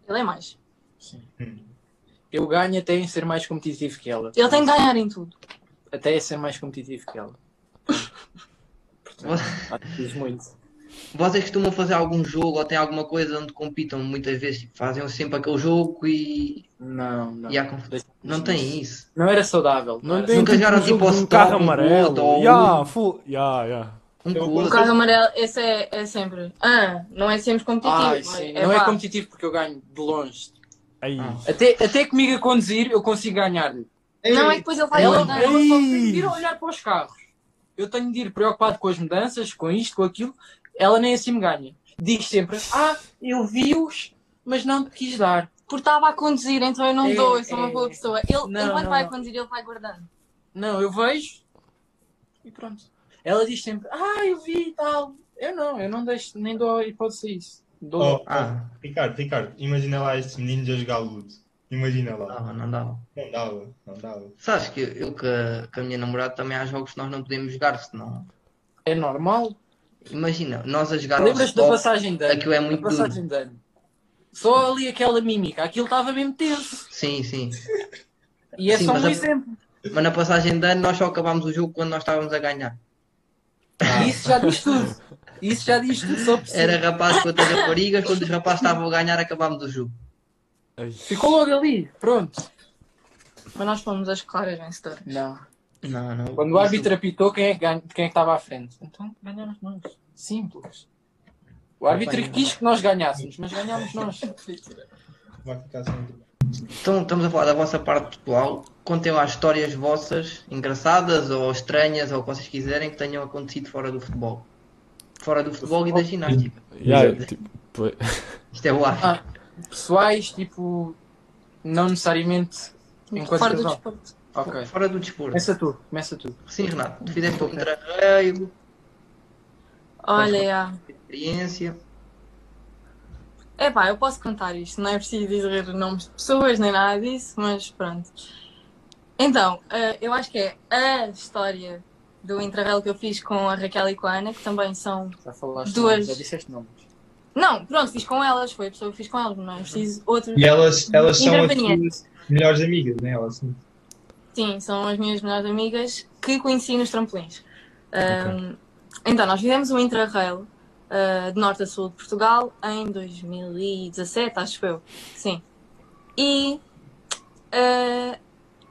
Ele é mais.
Eu ganho até em ser mais competitivo que ela.
Ele tem de ganhar em tudo.
Até em ser mais competitivo que ela. Portanto, acho que diz muito.
Vocês costumam fazer algum jogo ou têm alguma coisa onde compitam muitas vezes? Tipo, Fazem sempre aquele jogo e,
Não, não.
e há confusão. Não tem isso.
Não era saudável. Não
Não
era
tem
Nunca
tipo
jogaram
um
tipo
jogo
ao
de um
stop,
carro
um
amarelo.
outro, ou
Já,
um.
full. Já, já.
Um com
Eu
o
gosto-
O
outro.
carro amarelo, esse é, é sempre. Ah, não é sempre competitivo.
Ai,
mas
sim.
é
não é
vá.
competitivo porque eu ganho de longe.
Aí.
Ah.
Até, até comigo a conduzir, eu consigo ganhar-lhe.
Não é que depois ele vai
Ei,
Ela,
ganhar.
ela só tem de
Ei.
ir a olhar para os carros. Eu tenho de ir preocupado com as mudanças, com isto, com aquilo. Ela nem assim me ganha. Diz sempre: Ah, eu vi-os, mas não te quis dar.
Porque estava a conduzir, então eu não
É,
dou, eu sou
é.
uma boa pessoa. Ele,
Não,
enquanto
não,
vai
não.
conduzir, ele vai guardando.
Não, eu vejo. E pronto. Ela diz sempre: Ah, eu vi e tal. Eu não, eu não deixo, nem dou a hipótese a isso. Dou.
Oh,
Ah,
Ricardo, Ricardo, imagina lá estes meninos a jogar ludo. Imagina
não
lá.
Ah.
dava, não dava.
Não dava, não dava.
Sabes que eu, eu que, que a minha namorada também há jogos que nós não podemos jogar, senão.
É normal.
Imagina, nós a jogar ao
Lembras-te da
stop,
passagem de ano?
aquilo é muito
A passagem de ano. Só ali aquela mímica, aquilo estava mesmo tenso.
Sim, sim.
E é
Sim,
só
mas
um
a-
exemplo.
Mas na passagem de ano nós só acabámos o jogo quando nós estávamos a ganhar.
Isso já diz tudo. Isso já diz tudo só por si.
Ah. Era rapaz contra raparigas, quando os rapazes estavam a ganhar acabámos o jogo.
Ai.
Ficou logo ali, pronto.
Mas nós fomos as claras vencedoras.
Não.
Não, não.
Quando o
Isso-
árbitro apitou, quem é que ganha- quem é que estava à frente? Então ganhamos nós. Simples. O árbitro quis que nós ganhássemos, mas ganhámos nós.
Vai ficar sem.
Então estamos a falar da vossa parte pessoal. Contem lá histórias vossas, engraçadas ou estranhas, ou o que vocês quiserem, que tenham acontecido fora do futebol. Fora do futebol e da ginástica.
Já, tipo,
Isto é o ar.
Ah, pessoais, tipo, não necessariamente enquanto
Fora do
casal.
desporto.
Ok.
Fora do desporto.
Começa tu, começa tu.
Sim, Renato, tu fizeste um interrail,
Olha, já.
experiência.
É pá, eu posso contar isto, não é preciso dizer nomes de pessoas nem nada disso, mas pronto. Então, eh, eu acho que é a história do Intravel que eu fiz com a Raquel e com a Ana, que também são.
Já falaste.
Duas.
nomes, Já disseste nomes.
Não, pronto, fiz com elas, foi a pessoa que fiz com elas, não é preciso outros.
E elas, elas são as
Intervenientes.
tuas melhores amigas, né? Elas são.
Sim, são as minhas melhores amigas que conheci nos trampolins. Ahm, Então, nós fizemos um Intrarail ah, de norte a sul de Portugal em 2017, acho eu. Sim. E ah,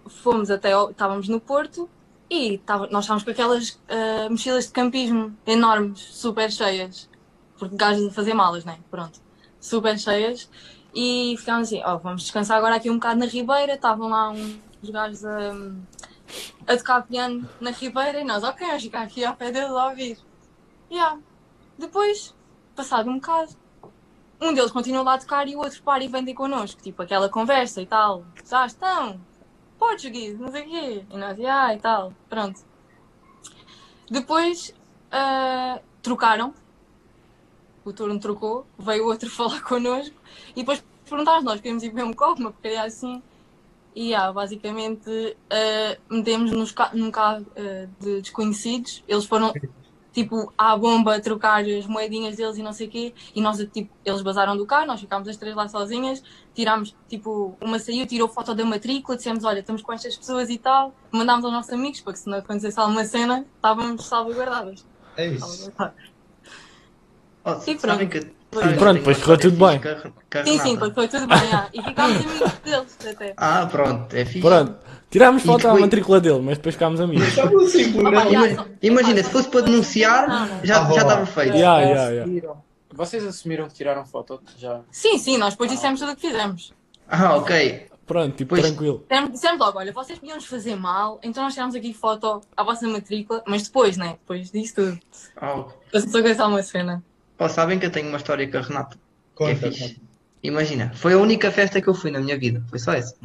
fomos até. ao- Estávamos no Porto e tava- nós estávamos com aquelas ah, mochilas de campismo enormes, super cheias. Porque gajos a fazer malas, né? Pronto. Super cheias. E ficámos assim: ó, vamos descansar agora aqui um bocado na Ribeira. Estavam lá uns gajos a a tocar piano na Ribeira e nós, ok, vamos ficar aqui ao pé deles a ouvir. Yeah. Depois, passado um bocado, um deles continua lá a tocar e o outro para e vem ter connosco, tipo aquela conversa e tal. Já estão, português, não sei o quê. E nós, yeah, e tal, pronto. Depois, ah, trocaram, o turno trocou, veio outro falar connosco e depois perguntaram-nos, nós queríamos ir beber um copo, uma porcaria assim. E ah, basicamente ah, metemos nos ca num carro ah, de desconhecidos. Eles foram tipo à bomba trocar as moedinhas deles e não sei o quê. E nós, tipo, eles basaram do carro, nós ficámos as três lá sozinhas. Tirámos, tipo, uma saiu, tirou foto da matrícula, dissemos: Olha, estamos com estas pessoas e tal. Mandámos aos nossos amigos, porque se não acontecesse alguma cena, estávamos salvaguardadas.
É isso.
Salvaguardadas.
Oh, sabem
E pronto.
que-
E
sabem que
pronto,
eu
depois
tenho
correu
uma foto
tudo bem.
fixe com a- com a
Sim, sim,
Renata.
foi, foi tudo bem. ah. E ficámos amigos deles até.
Ah, pronto, é fixe.
Pronto, tirámos
E
foto à
depois-
matrícula dele, mas depois ficámos amigos.
Só por cinco, né?
Opa,
não?
yeah,
Ima-
só-
Imagina,
opa,
se
só-
fosse para denunciar,
Não, não.
já,
Ah,
já
boa.
estava feito.
Yeah, yeah, yeah.
Vocês assumiram que tiraram foto já.
Sim, sim, nós depois dissemos tudo o que fizemos.
Ah, ok.
Pronto, tipo,
Pois.
tranquilo.
Dissemos- Dissemos logo, olha, vocês podiam nos fazer mal, então nós tirámos aqui foto à vossa matrícula, mas depois, né? Depois disso tudo.
Ah, ok.
Depois só começar uma cena.
Oh, sabem que eu tenho uma história com a Renata. que é
Conta,
fixe. Imagina, foi a única festa que eu fui na minha vida. Foi só essa.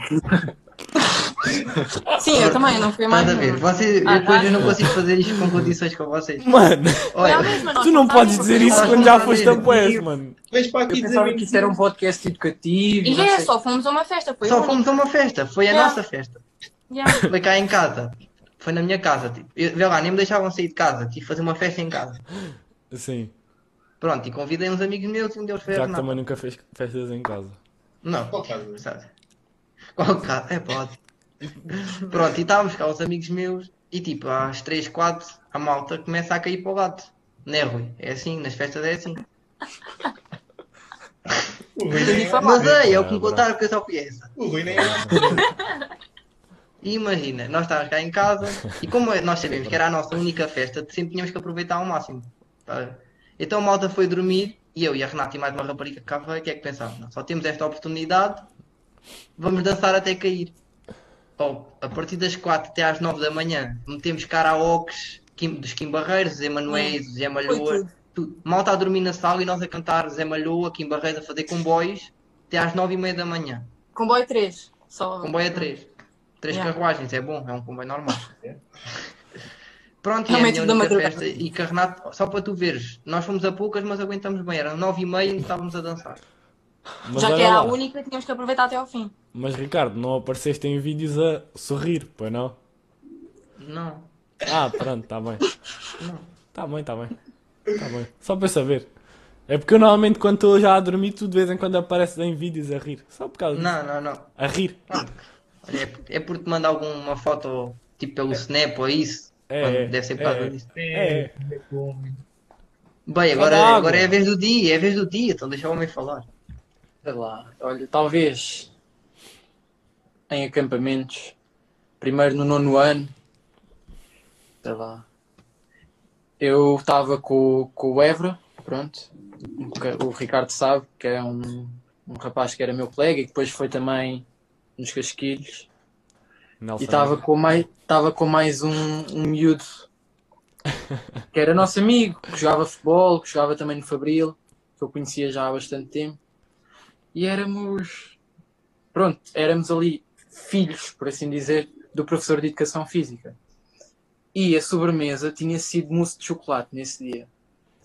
Sim, eu também, não fui mais.
Nada a ver.
nenhuma.
Vocês,
Ah,
eu depois
tá.
eu não consigo fazer isto com condições com vocês.
Mano,
Foi
Olha,
à É mesma, nós
tu
tá,
não
começámos
podes
a
dizer
fazer
isso
foto.
quando
não
já
sabes.
foste tão poés, mano.
Vens para aqui
Eu
dizer
pensava que isso era um podcast educativo.
E
não
é,
sei.
só fomos a uma festa, foi um
só
a única.
fomos a uma festa. Foi a
Yeah.
nossa festa.
Yeah.
Foi cá em casa. Foi na minha casa. Tipo. Eu, vê lá, nem me deixavam sair de casa. Tive que fazer uma festa em casa.
Sim,
Pronto, e convidei uns amigos meus e um deles foi a
já que
Renata.
também nunca fez festas em casa.
Não.
Qual casa?
Sabe? Qual caso? É pode. Pronto, e estávamos cá os amigos meus e tipo, às 3, 4, a malta começa a cair para o lado. Né, Rui? É assim, nas festas é assim.
O Rui
Mas
nem
isso é
Mas
eh,
é, é o que me
Cabra.
contaram que eu só conheço.
O Rui nem é.
E imagina, nós estávamos cá em casa e como é- nós sabemos que era a nossa única festa, sempre tínhamos que aproveitar ao máximo. tá a ver? Então a malta foi dormir e eu e a Renata e mais uma rapariga que cá veio, o que é que pensámos? Não, só temos esta oportunidade, vamos dançar até cair. Oh, a partir das 4 até às 9 da manhã, metemos karaokes Kim- dos Kim Barreiros, Zé Manuel, Zé
Hum, Foi
Malhoa,
tudo.
tudo. Malta a dormir na sala e nós a cantar Zé Malhoa, Kim Barreiros a fazer comboios até às 9 e meia da manhã.
Comboio 3. Só...
Comboio é três. Três
Uhum. Yeah.
carruagens, é bom, é um comboio normal. Pronto, e
Realmente
é a
da
minha única
madrugada.
festa e Carnato, só para tu veres, nós fomos a poucas, mas aguentamos bem, eram nove e meia e estávamos a dançar.
Mas
já que
olha
era a
lá.
única, tínhamos que aproveitar até ao fim.
Mas Ricardo, não apareceste em vídeos a sorrir, pois não?
Não,
Ah, pronto, está bem.
não.
Está bem, está bem. Está bem. Só para eu saber. É porque eu normalmente quando estou já a dormir, tu de vez em quando apareces em vídeos a rir. Só por causa disso.
Não, não, não.
A rir.
Olha, é, é por te mandar alguma foto, tipo pelo Snap ou isso.
É,
Mano,
é,
deve ser por
é.
causa disso.
É. é.
Bem,
Fala
agora,
água.
agora é a vez do dia, é a vez do dia, então deixa o homem falar.
Sei lá, olha, talvez em acampamentos, primeiro no nono ano, sei lá, eu estava com, com o Evra, pronto, que o Ricardo sabe, que é um, um rapaz que era meu colega e que depois foi também nos Casquilhos,
Nelson.
e estava com mais, tava com mais um, um miúdo que era nosso amigo, que jogava futebol, que jogava também no Fabril, que eu conhecia já há bastante tempo. E éramos. Pronto, éramos ali filhos, por assim dizer, do professor de educação física. E a sobremesa tinha sido mousse de chocolate nesse dia.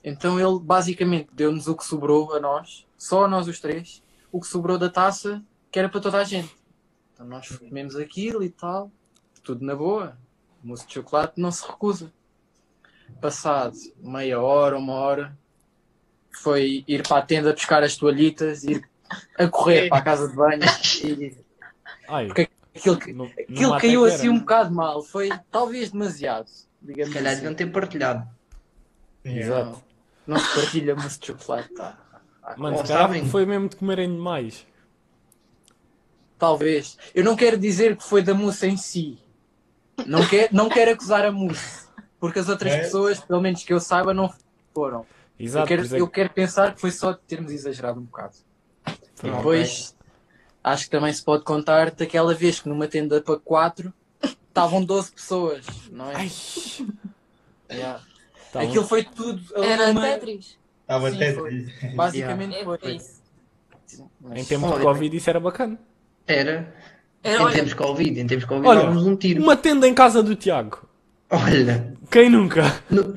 Então ele basicamente deu-nos o que sobrou a nós, só a nós os três, o que sobrou da taça, que era para toda a gente. Então nós comemos aquilo e tal, tudo na boa. O moço de chocolate não se recusa. Passado meia hora, uma hora, foi ir para a tenda buscar as toalhitas, ir a correr para a casa de banho. E
Ai,
Porque aquilo, que-
não, não
aquilo
mata né?
caiu
que era.
assim um bocado mal, foi talvez demasiado.
Se
Digamos
calhar
assim.
deviam ter partilhado.
Exato.
Não se partilha mousse de chocolate. pá. Ah,
Mano,
Ou
se calhar
sabem-
foi mesmo de comerem demais.
Talvez. Eu não quero dizer que foi da mousse em si. Não, quer, não quero acusar a mousse. Porque as outras
É.
pessoas, pelo menos que eu saiba, não foram.
Exato,
eu, quero,
por isso é
eu
que-
quero pensar que foi só de termos exagerado um bocado. E
Pronto.
depois, acho que também se pode contar daquela vez que numa tenda para quatro estavam 12 pessoas, não é?
Ai,
Yeah.
tá bom.
Aquilo foi tudo. ali
Era
numa-
Tetris.
Estava
Sim,
até.
foi. Basicamente
É
foi.
isso.
Mas-
Em tempos de
Olha.
Covid isso era bacana.
Era.
Era,
em
É, olha,
tempos de Covid, em tempos de Covid,
Olha,
dávamos um tiro.
Uma tenda em casa do Tiago.
Olha,
Quem nunca?
nu-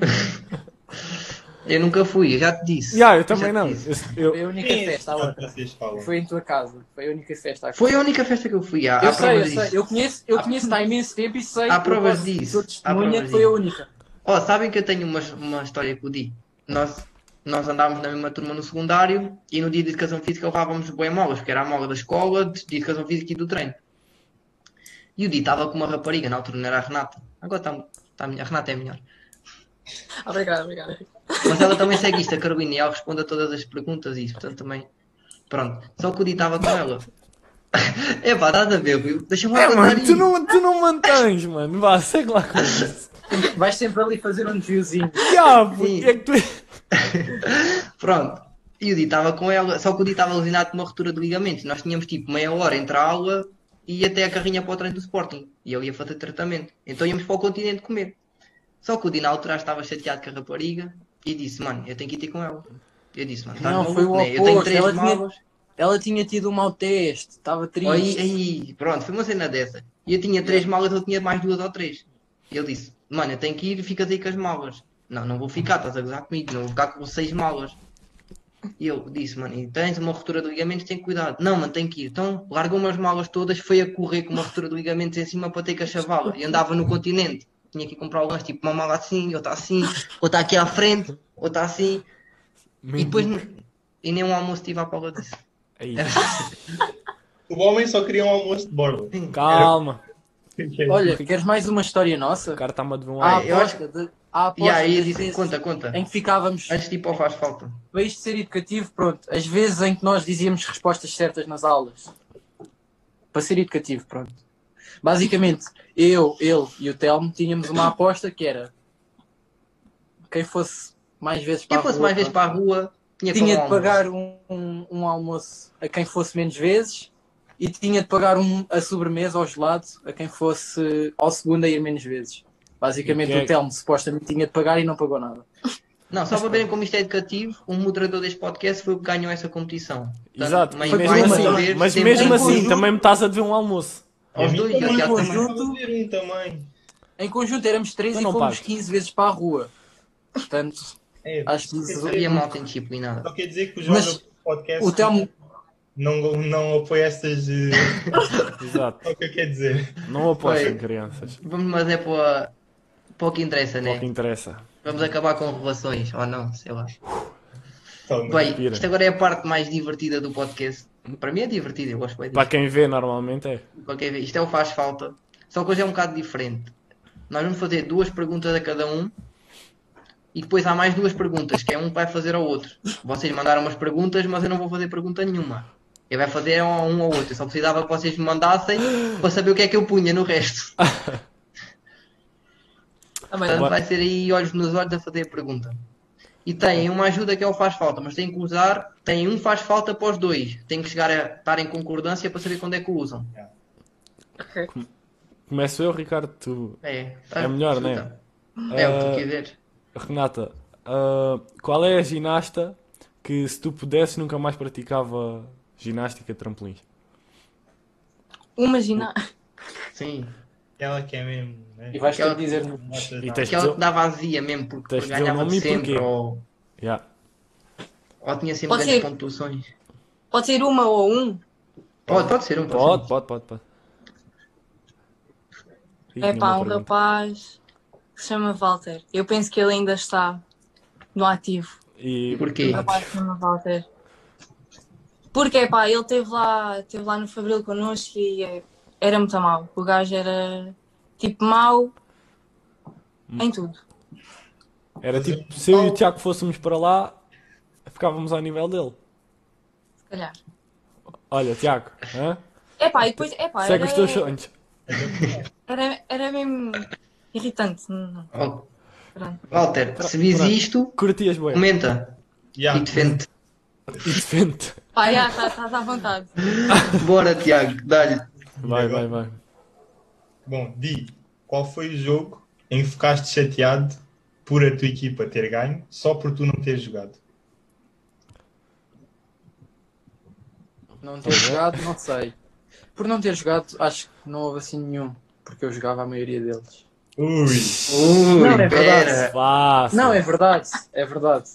eu nunca fui, eu já te disse.
Já, ah, eu
já
também
te
não.
disse.
Eu,
Foi a única
Quem é esse
festa, a
que
outra.
vocês falam?
Foi em tua casa. Foi a única festa. à-
Foi a única festa que eu fui. Há,
Eu
há
sei, eu
provas
sei.
disso.
Eu conheço, eu conheço há imenso tempo e sei.
Há
eu
provas
posso-
disso.
sou testemunha
Há provas
que foi a
disso.
única.
Oh, sabem que eu tenho uma, uma história com o Di. Nós, nós andávamos na mesma turma no secundário e no dia de educação física levávamos bem molas, porque era a mola da escola, de, de educação física e do treino. E o Di estava com uma rapariga, na altura não era a Renata. Agora está tá, a minha- a Renata é melhor.
obrigada, obrigada.
Mas ela também segue isto, a Carolina, e ela responde a todas as perguntas e isso, portanto também. Pronto. Só que o Di estava com ela. Epá, estás a ver, Will? Deixa-me lá
É,
contar
mano, tu
isto.
não, tu não mantens, mano. Vá, segue lá com isso.
Vais sempre ali fazer um desviozinho.
Diabo,
Sim.
é que tu.
Pronto. E o Di estava com ela, só que o Di estava lesionado de uma ruptura de ligamentos. Nós tínhamos tipo meia hora entre a aula e até a carrinha para o treino do Sporting. E eu ia fazer tratamento. Então íamos para o continente comer. Só que o Di na altura estava chateado com a rapariga e disse, mano, eu tenho que ir ter com ela. Eu disse, mano, estás
Não,
maluco,
foi o
né? Eu tenho
oposto, ela
três
tinha-
malas.
Ela tinha tido um mau teste, estava triste. É.
Aí, aí, pronto, foi uma cena dessa. E eu tinha três malas, eu tinha mais duas ou três. E ele disse, mano, eu tenho que ir, ficas aí com as malas. Não, não vou ficar, estás a gozar comigo, não vou ficar com seis malas. E eu disse, mano, e tens uma ruptura de ligamentos, tem cuidado. Não, mano, tem que ir. Então, largou-me as malas todas, foi a correr com uma ruptura de ligamentos em cima para ter que a chavala. E andava no continente. Tinha que comprar algumas, tipo, uma mala assim, outra assim, outra aqui à frente, outra assim. E depois, e nem um almoço tive à pala disso.
Aí,
O homem só queria um almoço de borla.
calma.
Olha, queres mais uma história nossa?
O cara está-me a dever um
Há
ar.
Ah, eu acho
aposta de- há aposta
E aí,
das
disse,
vezes
conta, conta.
em que ficávamos
Antes de ir para o faz falta.
para isto ser educativo, pronto, as vezes em que nós dizíamos respostas certas nas aulas. Para ser educativo, pronto. Basicamente, eu, ele e o Telmo tínhamos uma aposta que era quem fosse mais vezes para
Quem
a
fosse
rua,
mais vezes
pronto,
para a rua, tinha, que
tinha
comer um almoço.
de pagar um, um, um almoço a quem fosse menos vezes e tinha de pagar um, a sobremesa ao gelado a quem fosse ao segundo a ir menos vezes. Basicamente,
E quem é
o
que-
Telmo supostamente tinha de pagar e não pagou nada.
Não, só para verem como isto é educativo, o moderador deste podcast foi o que ganhou essa competição. Portanto,
Exato,
mais-
mas
mais
mesmo
uma
uma
assim,
vez,
mas
temos-
mesmo
em
assim
conjunto-
também me estás a dever um almoço.
Aos dois, e ao Tiago também.
conjunto-
um também.
Em conjunto éramos três
Eu
e
não
fomos
pago.
15 vezes para a rua. Portanto,
É,
acho que isso-
Havia malta indisciplinada.
só quer dizer que o
Mas
João do podcast
o Telmo,
não, não apoia estas. eh,
Exato.
é o que eu quero dizer.
Não apostem,
Bem.
crianças.
Vamos, mas é para, para o que interessa,
Pouco
né?
interessa.
Vamos acabar com relações, ou não, sei lá.
Toma.
Bem,
Pira.
isto agora é a parte mais divertida do podcast. Para mim é divertido, eu gosto bem disto.
Para quem vê, normalmente é.
Qualquer vez. Isto é o faz falta. Só que hoje é um bocado diferente. Nós vamos fazer duas perguntas a cada um. E depois há mais duas perguntas, que é um que vai fazer ao outro. Vocês mandaram umas perguntas, mas eu não vou fazer pergunta nenhuma. Eu vai fazer a um ao outro. Eu só precisava que vocês me mandassem para saber o que é que eu punha no resto.
Tá bem.
Portanto, vai ser aí olhos nos olhos a fazer a pergunta. E têm uma ajuda que é o faz falta, mas têm que usar. Tem um faz falta para os dois. Tem que chegar a estar em concordância para saber quando é que o usam.
Ok.
Começo eu, Ricardo, tu.
É,
É melhor,
não
né?
é? É o que
Ah,
tu quiseres.
Renata, ah, qual é a ginasta que, se tu pudesses, nunca mais praticava ginástica de trampolins?
Uma ginástica.
Sim.
Ela quer mesmo. Né?
e vais ter
Aquela-
de dizer
Mostra-
E tá tens de
Aquela
dizer.
que dava azia mesmo, porque
Tens de dizer o
ganhava
nome e porquê.
sempre, ou,
Yeah.
ou tinha sempre
Pode
grandes
ser.
pontuações.
Pode ser uma ou um.
Pode, pode ser um,
Pode, pode, pode, pode. Ih,
É pá,
nenhuma
um
pergunta.
rapaz que se chama Walter. Eu penso que ele ainda está no ativo.
E
Porquê?
O rapaz que se chama Walter. Porque, pá, ele esteve lá, esteve lá no Fabril connosco e é, era muito mau. O
Hum.
gajo era tipo mau em tudo.
Era tipo, se eu e o Tiago fôssemos para lá, ficávamos ao nível dele.
se calhar.
Olha, Tiago, hã?
Epá, e depois, epá,
segue
era,
os teus sonhos.
era, era mesmo irritante. Não, não,
Ó,
pronto.
Walter, se vis
Pronto.
isto,
Curtias bem.
comenta
Yeah.
e defende.
E defende.
Pá, já, tá- estás à vontade.
Bora, Tiago, dá-lhe.
Vai, vai, vai.
Bom, Di, qual foi o jogo em que ficaste chateado por a tua equipa ter ganho só por tu não teres jogado?
Não ter jogado, não sei. Por não ter jogado, acho que não houve assim nenhum, porque eu jogava a maioria deles.
Ui,
Ui,
Não, é
pera.
Fácil.
Não, é verdade, é verdade.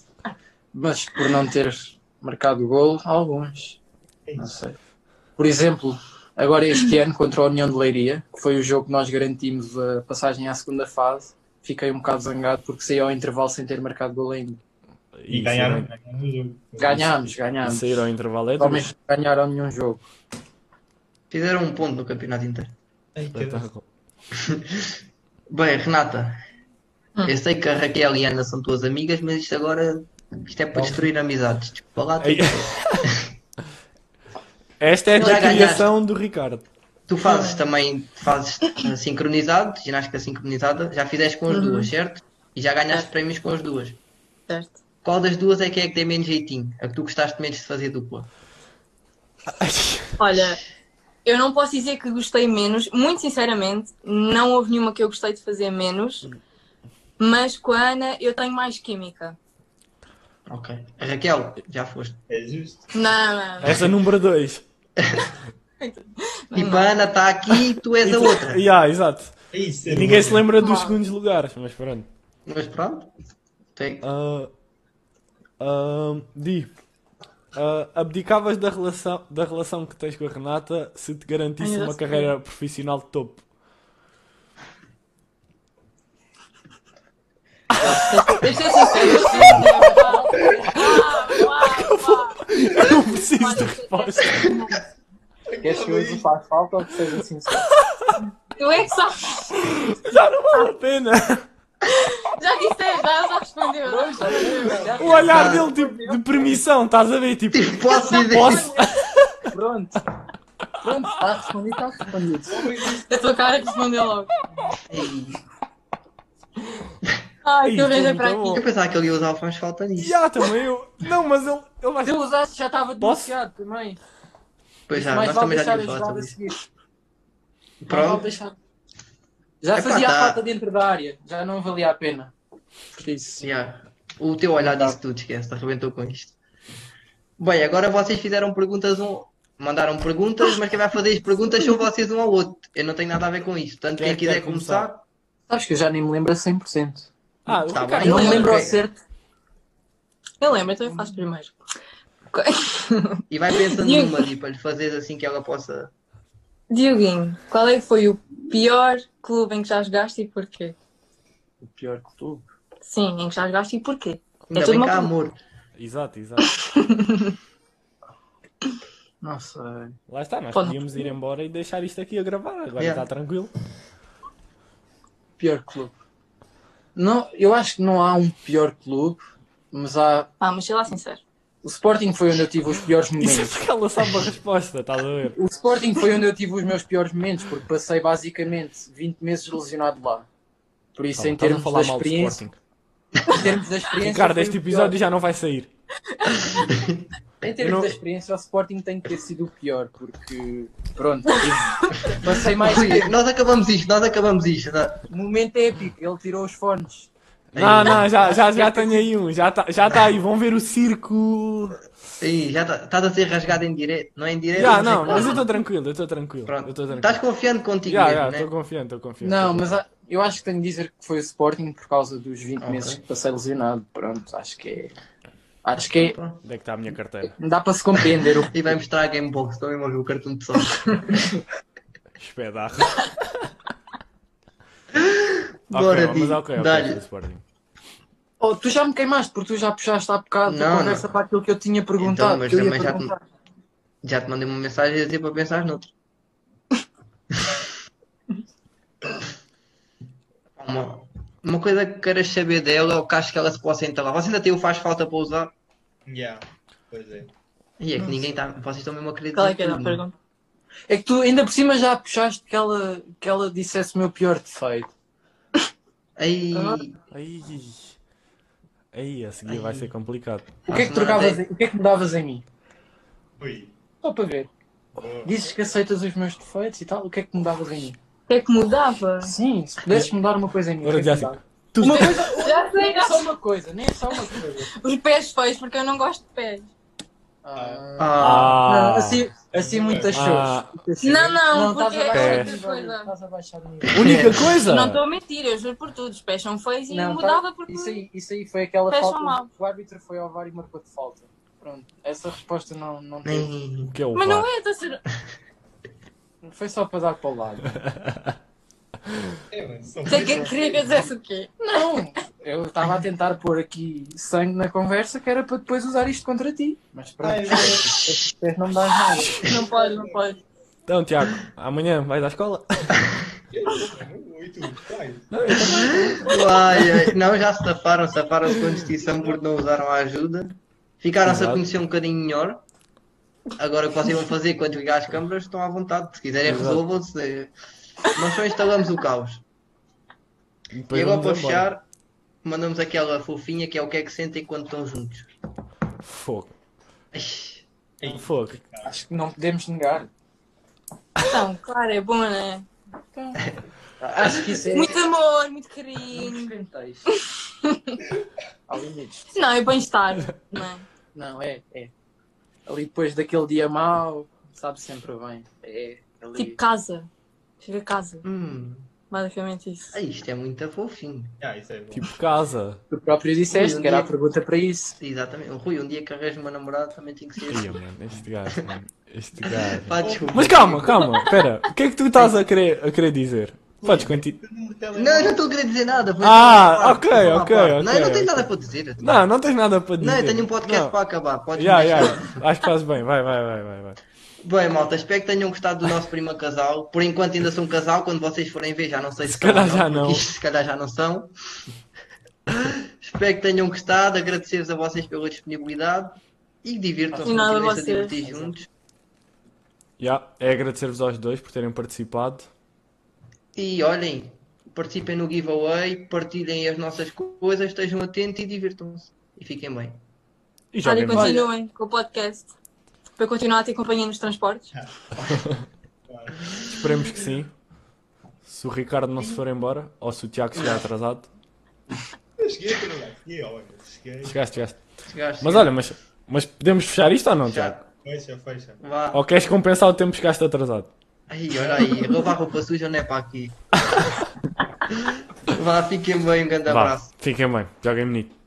Mas por não ter marcado gol, alguns. Não sei. Por exemplo, agora este ano, contra a União de Leiria, que foi o jogo que nós garantimos a passagem à segunda fase, fiquei um bocado zangado porque saí ao intervalo sem ter marcado gol ainda.
e
Isso, né?
ganharam,
hein?
ganharam o jogo.
Ganhámos, ganhámos.
Sair ao intervalo é duro.
Homens não ganharam nenhum jogo.
Fizeram um ponto no campeonato inteiro.
Ei, que-
Espetáculo.
Bem, Renata,
Hum.
eu sei que a Raquel e a Ana são tuas amigas, mas isto agora isto é para destruir amizades. Desculpa lá, tu,
Ei. Esta é a
Já
criação do Ricardo.
tu fazes também, fazes eh, sincronizado, ginástica sincronizada, já fizeste com as
Uhum.
duas, certo? E já
É.
ganhaste prémios com as duas.
Certo.
Qual das duas é que é que tem menos jeitinho? A que tu gostaste menos de fazer dupla?
Olha, eu não posso dizer que gostei menos, muito sinceramente, não houve nenhuma que eu gostei de fazer menos, mas com a Ana eu tenho mais química.
Ok. A Raquel, já foste.
É justo.
Não, não, não.
Essa é número 2.
Tipo, a Ana está aqui e tu és a é outra.
Yeah, exato.
É isso. é
Ninguém se
bom.
lembra dos
Mal.
segundos lugares, mas pronto.
Mas pronto. Tem-
Ah, ah, Di, ah, abdicavas da relação, da relação que tens com a Renata se te garantisse
Ai, eu
uma
sei.
carreira profissional de topo?
Deixa eu é ser Ah, sincero.
Eu preciso de
é
resposta.
Queres que eu assim, use o par falta ou que seja sincero?
Tu é que sabes.
Já não vale a pena.
Já disseste, já, já respondeu. Já respondeu.
O olhar dele tipo de permissão, estás a ver? Tipo,
Tipo, posso dizer.
posso?
Pronto. Pronto, está respondido, está respondido.
A tua cara que respondeu logo.
Ei,
Ai, então, tu arranja
Isso é muito
para
bom.
aqui.
Eu pensava que ele ia usar o faz falta nisso.
Já, também eu. Não, mas ele, ele vai.
Se eu usasse, já estava
Posso?
denunciado também.
Pois já,
Mas
nós
vale
também já
deixar a
tínhamos falado
jogada
sobre
a
isso.
seguir. Mas vale
Pronto.
deixar. Já
Epá,
fazia
tá.
a falta dentro da área, já não valia a pena. Por isso.
Já. O teu olhar disse tudo, esquece, arrebentou com isto. Bem, agora vocês fizeram perguntas um. Mandaram perguntas, mas quem vai fazer as perguntas são vocês um ao outro. Eu não tenho nada a ver com isso. Portanto,
Quem
quem,
é que
quiser
quer
começar,
Sabes que eu já nem me lembro a 100%.
Ah, o
Tá
Ricardo.
bem.
Não me lembro ao
Ok.
certo.
Eu lembro, então eu faço primeiro.
e vai pensando
Digo.
numa ali para lhe fazer assim que ela possa.
Dioguinho, qual é que foi o pior clube em que já jogaste e porquê?
O pior clube.
Sim, em que já jogaste e porquê?
Ainda
É tudo
bem
uma
que há
pergunta.
amor.
Exato, exato.
Não sei.
Lá está, nós
Pô, não.
podíamos ir embora e deixar isto aqui a gravar. Agora
Yeah.
está tranquilo.
Pior clube. Não, eu acho que não há um pior clube, mas há.
Ah, mas sei lá sincero.
O Sporting foi onde eu tive os piores
Isso é
momentos.
porque ela sabe a resposta, estás a ver?
O Sporting foi onde eu tive os meus piores momentos, porque passei basicamente 20 meses lesionado lá. Por isso, em
Tá Estás a
termos da
falar mal do
experiência,
Sporting.
em termos da experiência.
Ricardo,
foi
este
o pior.
episódio já não vai sair.
Em
Eu
termos
não-
da experiência, o Sporting tem que ter sido o pior, porque, pronto, tive- passei mais
Ui, nós acabamos isto, nós acabamos isto. Tá-
momento é épico, ele tirou os fones.
É
Não, não, já, já, já tenho aí um. Já está já tá aí. Vão ver o circo.
Ih, já tá- estás a ser rasgado em direto. Não é em direto?
Já,
sei
não,
como.
mas eu estou tranquilo, eu estou tranquilo. Eu
Pronto.
estou
Estás
tranquilo.
confiando contigo
Já,
mesmo,
já,
né?
estou confiante, estou confiante.
Não, mas há- eu acho que tenho de dizer que foi o Sporting por causa dos 20
Ok.
meses que passei lesionado. Pronto, acho que é. Acho que é.
Onde é que está a minha carteira?
Dá para se compreender o
E vai mostrar a Gamebox, também vou ver o cartão de sol.
Espedaço.
Bora,
ok, mas
Di,
ok, ok.
dá-lhe.
foi o Sporting.
Oh, tu já me queimaste, porque tu já puxaste há bocado
Não,
a conversa
não.
para aquilo que eu tinha perguntado.
Então, mas
que eu ia
também já te-
perguntar.
Já te mandei uma mensagem a dizer para pensar noutro. Uma- Uma coisa que queiras saber dela é o que acho que ela se possa instalar. Você ainda tem o faz falta para usar?
Yeah, pois é.
E é que ninguém está. Vocês estão mesmo a querer
Qual é
dizer
que era a
tudo.
pergunta?
É que tu ainda por cima já puxaste que ela, que ela dissesse o meu pior defeito.
Aí.
Ah.
Aí. Aí, a seguir vai ser complicado.
O que é que trocavas, em- o que é que mudavas em mim?
Ui.
Só para ver.
Boa.
Dizes que aceitas os meus defeitos e tal, o que é que mudavas em mim?
O que é que mudava?
Sim, se pudesses mudar uma coisa em mim. o
Agora
que é que
já assim.
mudavas?
Tu
Uma coisa,
Já sei,
nem é só uma coisa, nem é só uma coisa.
Os pés feios, porque eu não gosto de pés.
Ah,
Ah,
Ah,
não, assim, assim muitas
Ah.
shows.
Não, não,
estás
porque
a
é
baixar
outra
o nível,
coisa.
estás a baixar o nível.
Única coisa!
Não estou a mentir, eu juro por tudo. Os pés são feios e
Não,
mudava
tá-
porque.
isso, aí, isso aí foi aquela
Fecha um mal.
falta. O árbitro foi ao VAR e marcou de falta. Pronto, essa resposta não, não teve.
nem.
O que é o
Mas
VAR?
não é, estou a ser.
Foi só para dar para o lado.
É, mano, são
Sei que
coisas-
queria que eu dissesse o quê?
Não! Eu estava a tentar pôr aqui sangue na conversa que era para depois usar isto contra ti. Mas pronto,
Ai, meu Deus.
depois não me dás nada.
Não pode, não pode.
Então, Tiago, amanhã vais à escola?
Ui, tu, vai.
Ai, ai. Não, já se taparam, safaram-se com distinção porque não usaram a ajuda. Ficaram-se a
Exato.
conhecer um bocadinho melhor. Agora o que vocês vão fazer quando ligar as câmaras estão à vontade. Se quiserem
Exato.
resolvam-se. Nós só instalamos o caos.
Depois
e agora para
vamos embora.
fechar, mandamos aquela fofinha que é o que é que sentem quando estão juntos.
Fogo.
Ai,
Fogo.
Acho que não podemos negar.
Então, claro, é bom, né?
ah,
Acho que isso é.
Muito amor, muito
Não
carinho.
descanteios. Há limites.
Não, é bem-estar, não é?
Não, é, é. Ali depois daquele dia mau, sabe sempre bem. É, ali.
Tipo casa. Chega a casa.
hum,
Basicamente isso.
ai, isto é muito fofinho.
Ah, isso é bom.
Tipo casa.
Tu próprio disseste que era a pergunta para isso.
Exatamente. Rui, um dia que arranjo uma namorada também tem que ser assim.
Ia, mano, este gajo, mano. Este gajo.
Pá, desculpa.
Mas calma, calma, pera. O que é que tu estás a querer, a querer dizer? Podes continuar.
Não, eu não estou a querer dizer nada. foi
Ah,
só uma parte,
ok,
foi só uma
ok,
parte.
ok,
Não, eu não tenho
ok.
nada para dizer.
Não, não tens nada para dizer.
Não, eu tenho um podcast
Não.
para acabar. Podes
Já,
deixar.
já. Acho que fazes bem. Vai, vai, vai, vai. vai.
Bem, malta, espero que tenham gostado do nosso primo casal. Por enquanto ainda são um casal, quando vocês forem ver já não sei se,
Se
são ou
calhar já não.
porque isto se calhar já não são. espero que tenham gostado, agradecer-vos a vocês pela disponibilidade e divirtam-se,
E nada,
continuem-se a
vocês.
divertir juntos.
Já, É agradecer-vos aos dois por terem participado.
E olhem, participem no giveaway, partilhem as nossas coisas, estejam atentos e divirtam-se. E fiquem bem.
E
Olha,
joguem bem.
continuem com o podcast. Para eu continuar a ter companhia nos transportes.
Esperemos que sim. Se o Ricardo não se for embora, ou se o Tiago chegar atrasado.
Eu cheguei a trabalhar. Cheguei, olha, cheguei.
Chegaste, chegaste.
Chegaste.
Mas olha, mas, mas podemos fechar isto ou não, Tiago?
já.
Fecha, fecha.
Vá.
Ou queres compensar o tempo que chegaste atrasado?
Ai, olha aí, roubar roupa suja não é para aqui. Vá, fiquem bem, um grande
Vá,
Um abraço.
fiquem bem. Joguem bonito.